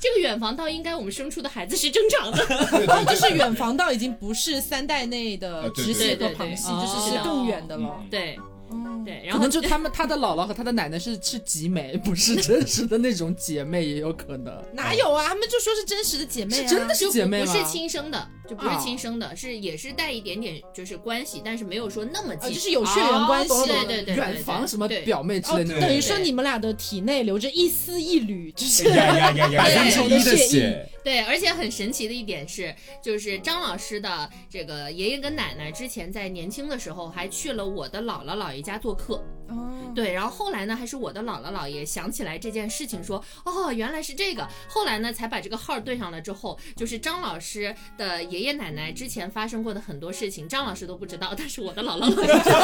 S5: 这个远房到应该我们生出的孩子是正常的。
S1: 哦， 就是远房到已经不是三代内的直系
S3: 啊
S5: 对对
S1: 和
S5: 对
S1: 旁系，
S3: 对
S1: 就是
S5: 是的
S1: 更远的了。
S4: 嗯
S5: 对，
S1: 哦
S5: 对，然
S3: 可
S5: 后
S3: 能就他们他的姥姥和他的奶奶是是集 美，不是真实的那种姐妹，也有可能。
S1: 哪有啊？他们就说是真实的姐妹啊，
S3: 是真的是
S5: 就
S3: 姐妹
S5: 不
S3: 吗？
S5: 是亲生的，就不是
S3: 啊
S5: 亲生的，是也是带一点点就是关系，但是没有说那么
S1: 啊，
S5: 近，
S1: 就是有血缘关系
S3: 哦懂了懂
S5: 对
S3: 了
S5: 对对，
S3: 远房什么
S5: 表，
S3: 表妹之
S1: 哦，
S3: 类的那
S1: 等
S3: 种。
S1: 于说你们俩的体内留着一丝一缕，就是
S4: 呀呀呀呀，
S5: 对
S4: 百分之一的血，
S5: 对，而且很神奇的一点是，就是张老师的这个爷爷跟奶奶之前在年轻的时候还去了我的姥姥姥爷家做客，
S1: 哦，
S5: 对，然后后来呢，还是我的姥姥姥爷想起来这件事情说，哦，原来是这个。后来呢，才把这个号对上了。之后就是张老师的爷爷奶奶之前发生过的很多事情，张老师都不知道，但是我的姥姥姥爷知道。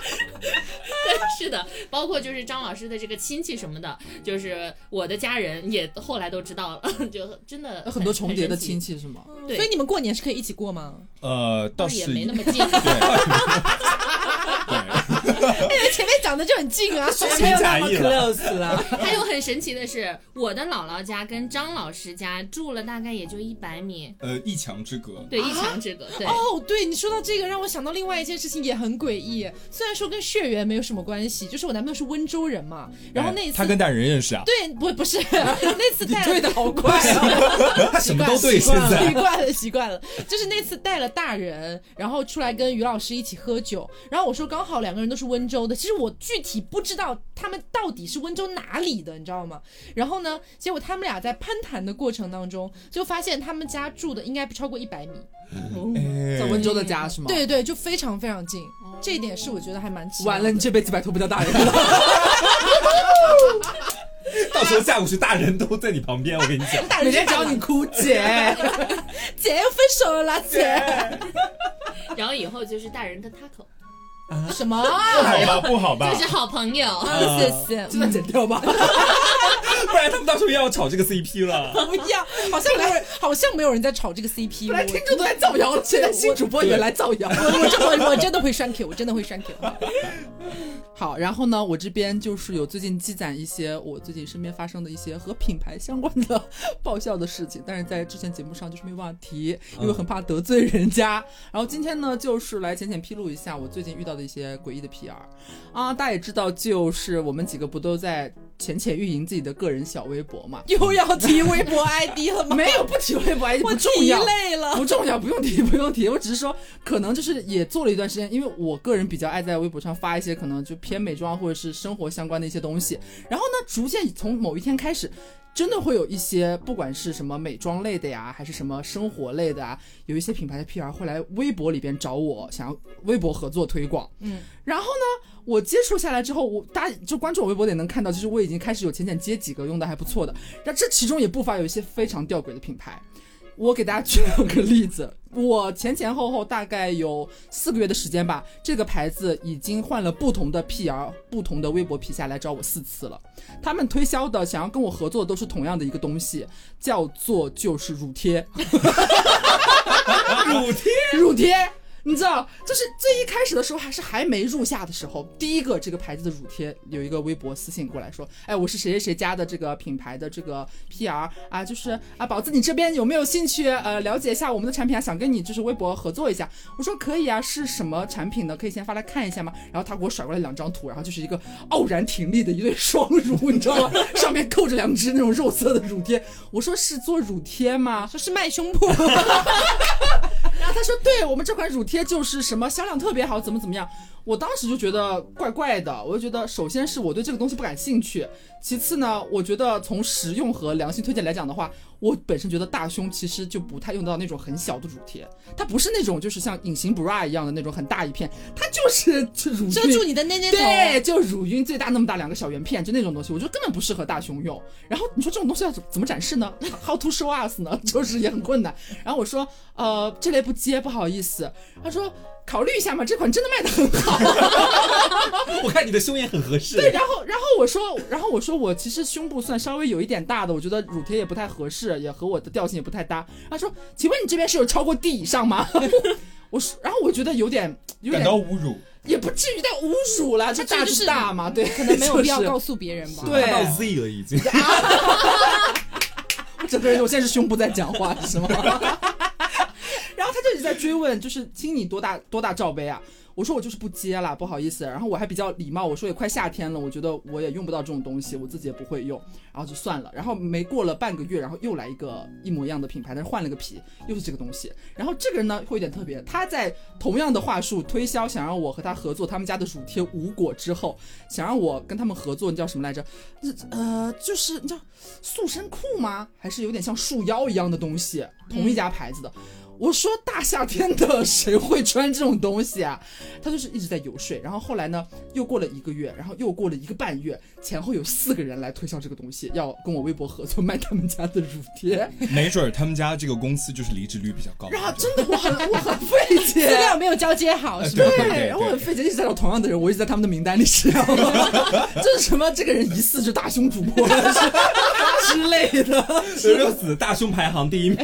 S5: 对，是的，包括就是张老师的这个亲戚什么的，就是我的家人也后来都知道了， 就真的
S3: 有很多重叠的亲
S5: 戚，
S3: 戚是吗？
S5: 对
S1: 所以你们过年是可以一起过吗？
S4: 呃，倒
S5: 也
S4: 是
S5: 没那么近。
S1: 因哎为前面讲的就很近啊，
S2: 没有那么
S3: close 了。
S5: 还有很神奇的是，我的姥姥家跟张老师家住了大概也就一百米，
S4: 呃一墙之隔。
S5: 对，一墙之隔。对，
S1: 哦，对你说到这个，让我想到另外一件事情，也很诡异。虽然说跟血缘没有什么关系，就是我男朋友是温州人嘛，然后那一
S4: 哎
S1: 次、
S4: 他跟大人认识啊，
S1: 对不 不是那次
S3: 你
S1: 带了
S3: 对的好 快啊！
S4: 他什么都对，
S1: 习
S4: 现
S1: 惯了习
S4: 在
S1: 惯了，习惯了。就是那次带了大人，然后出来跟于老师一起喝酒，然后我说刚好两个人都是温州的，其实我具体不知道他们到底是温州哪里的，你知道吗？然后呢，结果他们俩在攀谈的过程当中，就发现他们家住的应该不超过一百米，
S3: 在温州的家是吗？，
S1: 对对，就非常非常近，这一点是我觉得还蛮奇妙
S3: 完了，
S1: 的。
S3: 你这辈子摆脱不掉大人 了。
S2: 到时候下午是大人都在你旁边，我跟你讲
S1: 大
S3: 每
S1: 人就
S3: 天找
S1: 喊
S3: 你哭 姐，
S1: 姐又分手了啦， 姐
S5: 然后以后就是大人跟 taco，
S1: 什么？
S4: 不好吧，不好吧
S5: 就，是好朋友。
S1: 啊，谢谢，
S3: 这段剪掉 吧。
S2: 不然他们到时候又要炒这个 CP 了。
S1: 嗯不要，好像没有人，好像没有人在炒这个 CP。
S3: 本来听
S1: 我
S3: 众都在造谣，现在新主播也来造谣。
S1: 我真我我真的会栓 Q，我真的会栓 Q。？
S3: 好，然后呢，我这边就是有最近积攒一些我最近身边发生的一些和品牌相关的 爆笑的事情，但是在之前节目上就是没有办法提，因为很怕得罪人家。然后今天呢，就是来浅浅披露一下我最近遇到的一些诡异的 PR 啊，大家也知道，就是我们几个不都在浅浅运营自己的个人小微博嘛
S1: 又要提微博 ID 了吗？
S3: 没有不提微博 ID
S1: 我
S3: 不重
S1: 提
S3: 要。
S1: 累了。
S3: 不重要，不用提，不用提。我只是说，可能就是也做了一段时间，因为我个人比较爱在微博上发一些可能就偏美妆或者是生活相关的一些东西。然后呢，逐渐从某一天开始，真的会有一些不管是什么美妆类的呀，还是什么生活类的啊，有一些品牌的 PR 会来微博里边找我，想要微博合作推广。
S1: 嗯，
S3: 然后呢，我接触下来之后，我大家就关注我微博的也能看到，就是我已经开始有浅浅接几个用的还不错的，但这其中也不乏有一些非常吊诡的品牌。我给大家举两个例子，我前前后后大概有四个月的时间吧，这个牌子已经换了不同的 PR、不同的微博皮下来找我四次了。他们推销的想要跟我合作的都是同样的一个东西，叫做就是乳贴。
S2: 乳贴
S3: 乳贴，你知道，就是最一开始的时候，还是还没入夏的时候，第一个这个牌子的乳贴有一个微博私信过来说，哎，我是谁谁谁家的这个品牌的这个 PR 啊，就是啊，宝子你这边有没有兴趣呃了解一下我们的产品啊？想跟你就是微博合作一下。我说可以啊，是什么产品呢？可以先发来看一下吗？然后他给我甩过来两张图，然后就是一个傲然挺立的一对双乳，你知道吗？ 上面扣着两只那种肉色的乳贴。我说是做乳贴吗？
S1: 说是卖胸部，
S3: 然后他说：“对我们这款乳贴就是什么销量特别好，怎么怎么样。”我当时就觉得怪怪的，我就觉得首先是我对这个东西不感兴趣，其次呢，我觉得从实用和良心推荐来讲的话，我本身觉得大胸其实就不太用到那种很小的乳贴，它不是那种就是像隐形 bra 一样的那种很大一片，它就是 就乳
S1: 遮住
S3: 晕。
S1: 你的尖尖头。
S3: 对，就乳晕最大那么大两个小圆片，就那种东西，我觉得根本不适合大胸用。然后你说这种东西要怎怎么展示呢 ？How to show us 呢？ 就是也很困难。然后我说，呃，这类不接，不好意思。他说考虑一下嘛，这款真的卖的 很好。
S2: 我看你的胸也很合
S3: 对，
S2: 适。
S3: 然后然后我说，然后我说我其实胸部算稍微有一点大的，我觉得乳贴也不太合适，也和我的调性也不太搭。他说，请问你这边是有超过 D 以上吗？ 我说，然后我觉得有点有
S4: 感到
S3: 点
S4: 侮辱，
S3: 也不至于到侮辱啦，这
S1: 这
S3: 大
S1: 就是
S3: 大嘛，对，
S1: 可能没有必要
S3: 就是
S1: 告诉别人吧。
S3: 对
S2: 看到 Z 了已经，
S3: 整个人我现在是胸部在讲话， 是吗？然后他就一直在追问，就是亲你多大多大罩杯啊？我说我就是不接啦，不好意思。然后我还比较礼貌，我说也快夏天了，我觉得我也用不到这种东西，我自己也不会用，然后就算了。然后没过了半个月，然后又来一个一模一样的品牌，但是换了个皮，又是这个东西。然后这个人呢会有点特别，他在同样的话术推销，想让我和他合作他们家的乳贴无果之后，想让我跟他们合作，你叫什么来着？呃，就是你知道塑身裤吗？还是有点像束腰一样的东西，同一家牌子的。我说大夏天的 谁会穿这种东西啊？他就是一直在游说。然后后来呢，又过了一个月，然后又过了一个半月，前后有四个人来推销这个东西，要跟我微博合作卖 他们家的乳贴。
S4: 没准儿他们家这个公司就是离职率比 较高。
S3: 然后真的我很我很 费解
S1: 资，料没有交接好，
S4: 哎
S1: 是吧？
S4: 对
S3: 对，然后我很费解，一直在找同样的人，我一直在他们的名单里，知道吗？ 就是什么这个人疑似是大胸主播 之类的，
S2: 石榴子大胸排行第一名，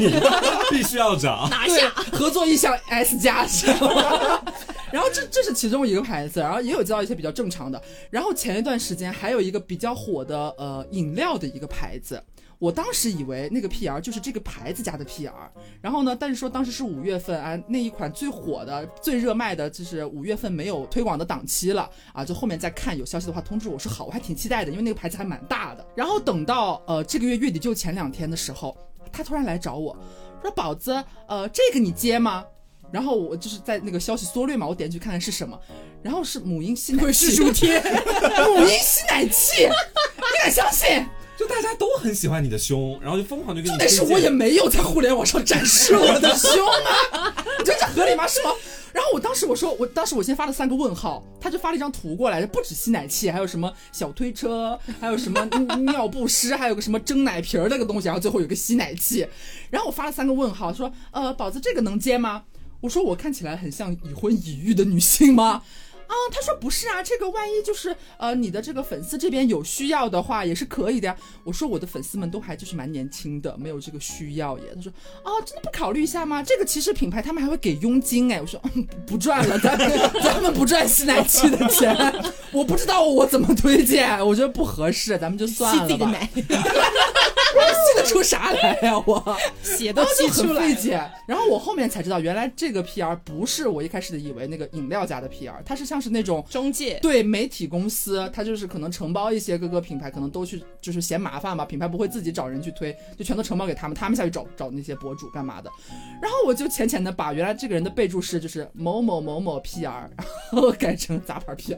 S2: 必须要找。
S5: 拿
S3: 对
S5: 下。，
S3: 合作意向 S 加，知道吗？ 然后这这是其中一个牌子，然后也有接到一些比较正常的。然后前一段时间还有一个比较火的呃饮料的一个牌子，我当时以为那个 PR 就是这个牌子家的 PR，然后呢，但是说当时是五月份啊，那一款最火的、最热卖的，就是五月份没有推广的档期了啊，就后面再看有消息的话通知我是好，我还挺期待的，因为那个牌子还蛮大的。然后等到呃这个月月底就前两天的时候，他突然来找我，说宝子，呃，这个你接吗？然后我就是在那个消息缩略嘛，我点进去看看是什么，然后是母婴吸奶器，是乳贴， 母婴吸奶器，你敢相信？
S2: 就大家都很喜欢你的胸，然后就疯狂就给你
S3: 重
S2: 推
S3: 点
S2: 荐。
S3: 是我也没有在互联网上展示我的胸啊，你觉得这合理吗？是吗？然后我当时我说，我当时我先发了三个问号，他就发了一张图过来，不止吸奶器，还有什么小推车，还有什么尿不湿，还有个什么蒸奶瓶儿那个东西，然后最后有个吸奶器。然后我发了三个问号，说呃，宝子这个能接吗？我说我看起来很像已婚已育的女性吗？啊，他说不是啊，这个万一就是呃，你的这个粉丝这边有需要的话，也是可以的呀。我说我的粉丝们都还就是蛮年轻的，没有这个需要耶。他说哦，真的不考虑一下吗？这个其实品牌他们还会给佣金哎。我说、嗯、不不赚了，咱们咱们不赚吸奶器的钱，我不知道我怎么推荐，我觉得不合适，咱们就算
S1: 吸自己
S3: 了
S1: 的
S3: 吧。
S1: 奶，
S3: 吸得出啥来呀、我。
S1: 血
S3: 然
S1: 都
S3: 后
S1: 吸
S3: 就
S1: 出
S3: 很
S1: 来
S3: 费。解。然后我后面才知道，原来这个 PR 不是我一开始的以为那个饮料家的 PR，它是像是那种
S1: 中介
S3: 对媒体公司，它就是可能承包一些各个品牌，可能都去就是嫌麻烦嘛，品牌不会自己找人去推，就全都承包给他们，他们下去找找那些博主干嘛的。然后我就浅浅的把原来这个人的备注是就是某某某某 PR，然后改成杂牌 PR。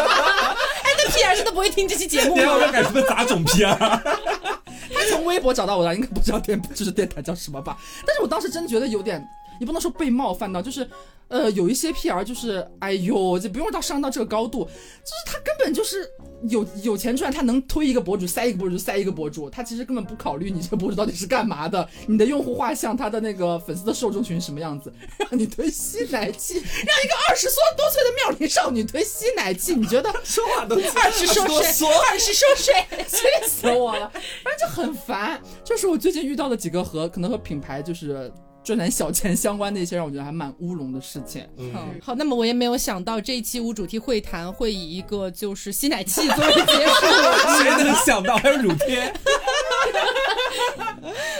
S1: 那 PR 真的不会听这期节目
S2: 你要
S1: 吗？
S2: 要改什么杂种片啊？
S3: 他从微博找到我的，应该不知道电就是电台叫什么吧？但是我当时真觉得有点，也不能说被冒犯到，就是。呃，有一些 PR 就是，哎呦，就不用到上到这个高度，就是他根本就是有有钱赚，他能推一个博主塞一个博主塞一个博主，他其实根本不考虑你这个博主到底是干嘛的，你的用户画像，他的那个粉丝的受众群是什么样子， 让你推吸奶器，让一个二十多岁的妙龄少女推吸奶器， 你觉得
S2: 说话都
S1: 二十收税，二十收税。
S3: 气死
S1: 啊
S3: 我了！反正就很烦。就是我最近遇到的几个和可能和品牌就是赚点小钱相关的一些，让我觉得还蛮乌龙的事情。
S1: 嗯好，那么我也没有想到这一期无主题会谈会以一个就是吸奶器作为结束。
S2: 谁能想到还有乳贴？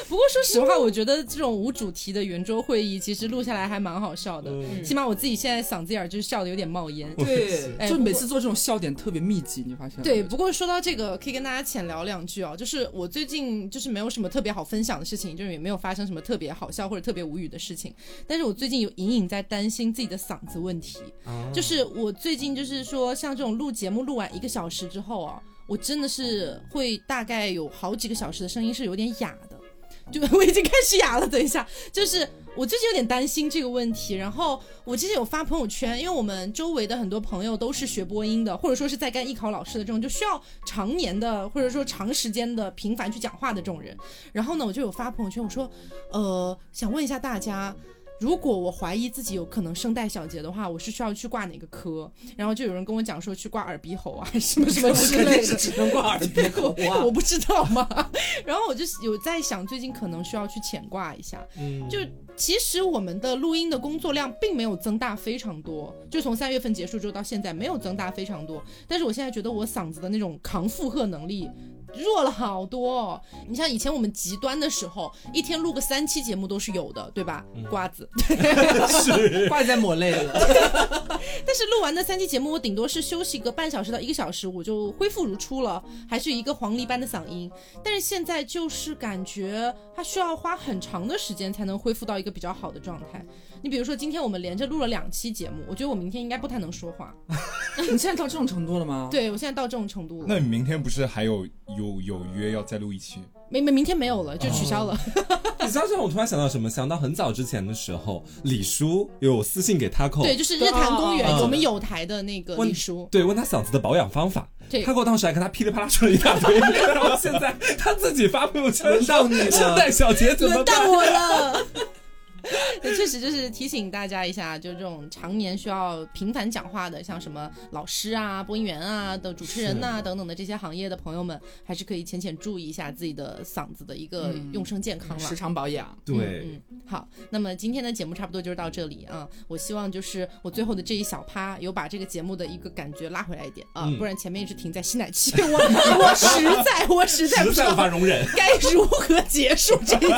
S1: 不过说实话，我觉得这种无主题的圆桌会议其实录下来还蛮好笑的，
S2: 嗯
S1: 起码我自己现在嗓子眼儿就是笑的有点冒烟。
S3: 对
S1: 哎
S3: 就
S1: 不
S3: 每
S1: 过
S3: 次做这种笑点特别密集，你发现吗？
S1: 对，不过说到这个，可以跟大家浅聊两句哦。就是我最近就是没有什么特别好分享的事情，就是也没有发生什么特别好笑或者特别无语的事情。但是我最近有隐隐在担心自己的嗓子问题，就是我最近就是说，像这种录节目录完一个小时之后啊，我真的是会大概有好几个小时的声音是有点哑的。就 我已经开始哑了，等一下，就是我最近有点担心这个问题。然后我之前有发朋友圈，因为我们周围的很多朋友都是学播音的，或者说是在干艺考老师的这种，就需要常年的或者说长时间的频繁去讲话的这种人。然后呢，我就有发朋友圈，我说，呃，想问一下大家。如果我怀疑自己有可能声带小结的话，我是需要去挂哪个科？然后就有人跟我讲说去挂耳鼻喉啊，什么什么之类的。
S3: 只能挂耳鼻喉
S1: 我不知道嘛。然后我就有在想，最近可能需要去浅挂一下。
S2: 嗯
S1: 就其实我们的录音的工作量并没有增大非常多，就从三月份结束之后到现在没有增大非常多。但是我现在觉得我嗓子的那种扛负荷能力弱了好多、哦。你像以前我们极端的时候，一天录个三期节目都是有的，对吧？瓜子，
S2: 是
S3: 挂在抹泪了。
S1: 但是录完那三期节目，我顶多是休息个半小时到一个小时，我就恢复如初了，还是一个黄鹂般的嗓音。但是现在就是感觉它需要花很长的时间才能恢复到一个比较好的状态。你比如说，今天我们连着录了两期节目，我觉得我明天应该不太能说话。
S3: 你现在到这种程度了吗？，
S1: 对我现在到这种程度了，
S4: 那你明天不是还有有有约要再录一期？
S1: 没没明天没有了，就取消了。
S2: 你知道这让我突然想到什么？想到很早之前的时候，李叔有私信给 Taco，
S1: 对，就是日坛公园
S2: 哦哦哦
S1: 我们有台的那个
S2: 问
S1: 李叔，
S2: 对，问他嗓子的保养方法。
S1: 对
S2: 他给我当时还跟他噼里啪啦说了一大堆，然后现在他自己发朋友圈
S3: 轮到
S2: 说
S3: 你了
S2: 圣诞小杰怎么
S1: 轮到
S2: 办？
S1: 我了。 对确实就是提醒大家一下，就这种常年需要频繁讲话的，像什么老师啊、播音员啊的主持人呐、等等的这些行业的朋友们，还是可以浅浅注意一下自己的嗓子的一个
S3: 嗯
S1: 用声健康了
S3: 时。常保养。
S2: 对，
S1: 嗯，嗯好，那么今天的节目差不多就是到这里啊。我希望就是我最后的这一小趴有把这个节目的一个感觉拉回来一点啊，
S2: 嗯
S1: 不然前面一直停在吸奶期，我我实在我实在不
S2: 实
S1: 知
S2: 在无
S1: 道
S2: 法容忍。
S1: 该如何结束这一期节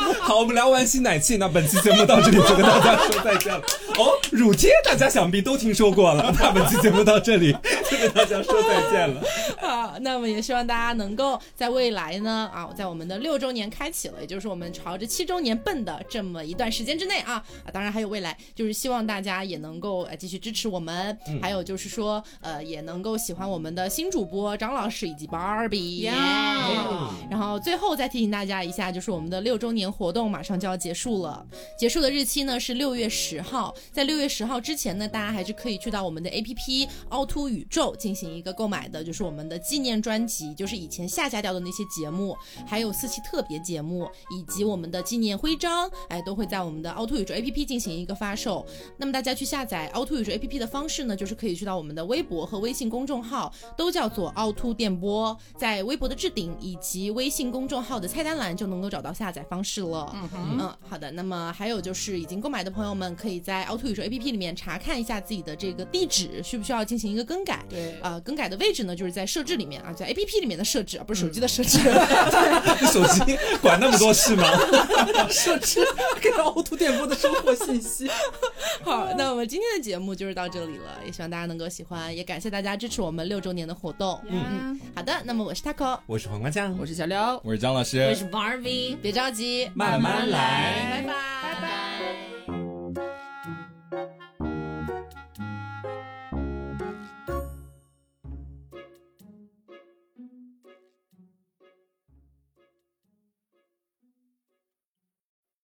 S1: 目。
S2: 好，我们聊完吸奶器，那本期节目到这里就跟大家说再见了。哦，乳贴大家想必都听说过了，那本期节目到这里 就跟大家说再见了。
S1: 好， 那么也希望大家能够在未来呢啊，在我们的六周年开启了，也就是我们朝着七周年奔的这么一段时间之内啊啊，当然还有未来，就是希望大家也能够呃继续支持我们，还有就是说呃也能够喜欢我们的新主播张老师以及 Barbie。
S5: Yeah
S1: 然后最后再提醒大家一下，就是我们的六周年活动马上就要结束了，结束的日期呢是六月十号。在六月十号之前呢，大家还是可以去到我们的 APP 凹凸宇宙进行一个购买的，就是我们的纪念专辑，就是以前下架掉的那些节目，还有四期特别节目，以及我们的纪念徽章，哎，都会在我们的凹凸宇宙 APP 进行一个发售。那么大家去下载凹凸宇宙 APP 的方式呢，就是可以去到我们的微博和微信公众号，都叫做凹凸电波，在微博的置顶以及微信公众号的菜单栏就能够找到下载方式了。嗯好的。那么还有就是已经购买的朋友们，可以在凹凸宇宙 APP 里面查看一下自己的这个地址需不需要进行一个更改。
S3: 对
S1: 啊、更改的位置呢，就是在设置里面啊，在 A P P 里面的设置，啊不是手机的设置。
S2: 这手机管那么多事吗？
S3: 设置给到凹凸电波的生活信息。
S1: 好， 那我们今天的节目就是到这里了，也希望大家能够喜欢，也感谢大家支持我们六周年的活动。嗯，好的，那么我是 taco，
S2: 我是黄瓜酱，
S3: 我是小廖，
S4: 我是张老师，
S5: 我是 Barbie。
S1: 别着急，
S2: 慢慢
S5: 来
S1: 拜拜。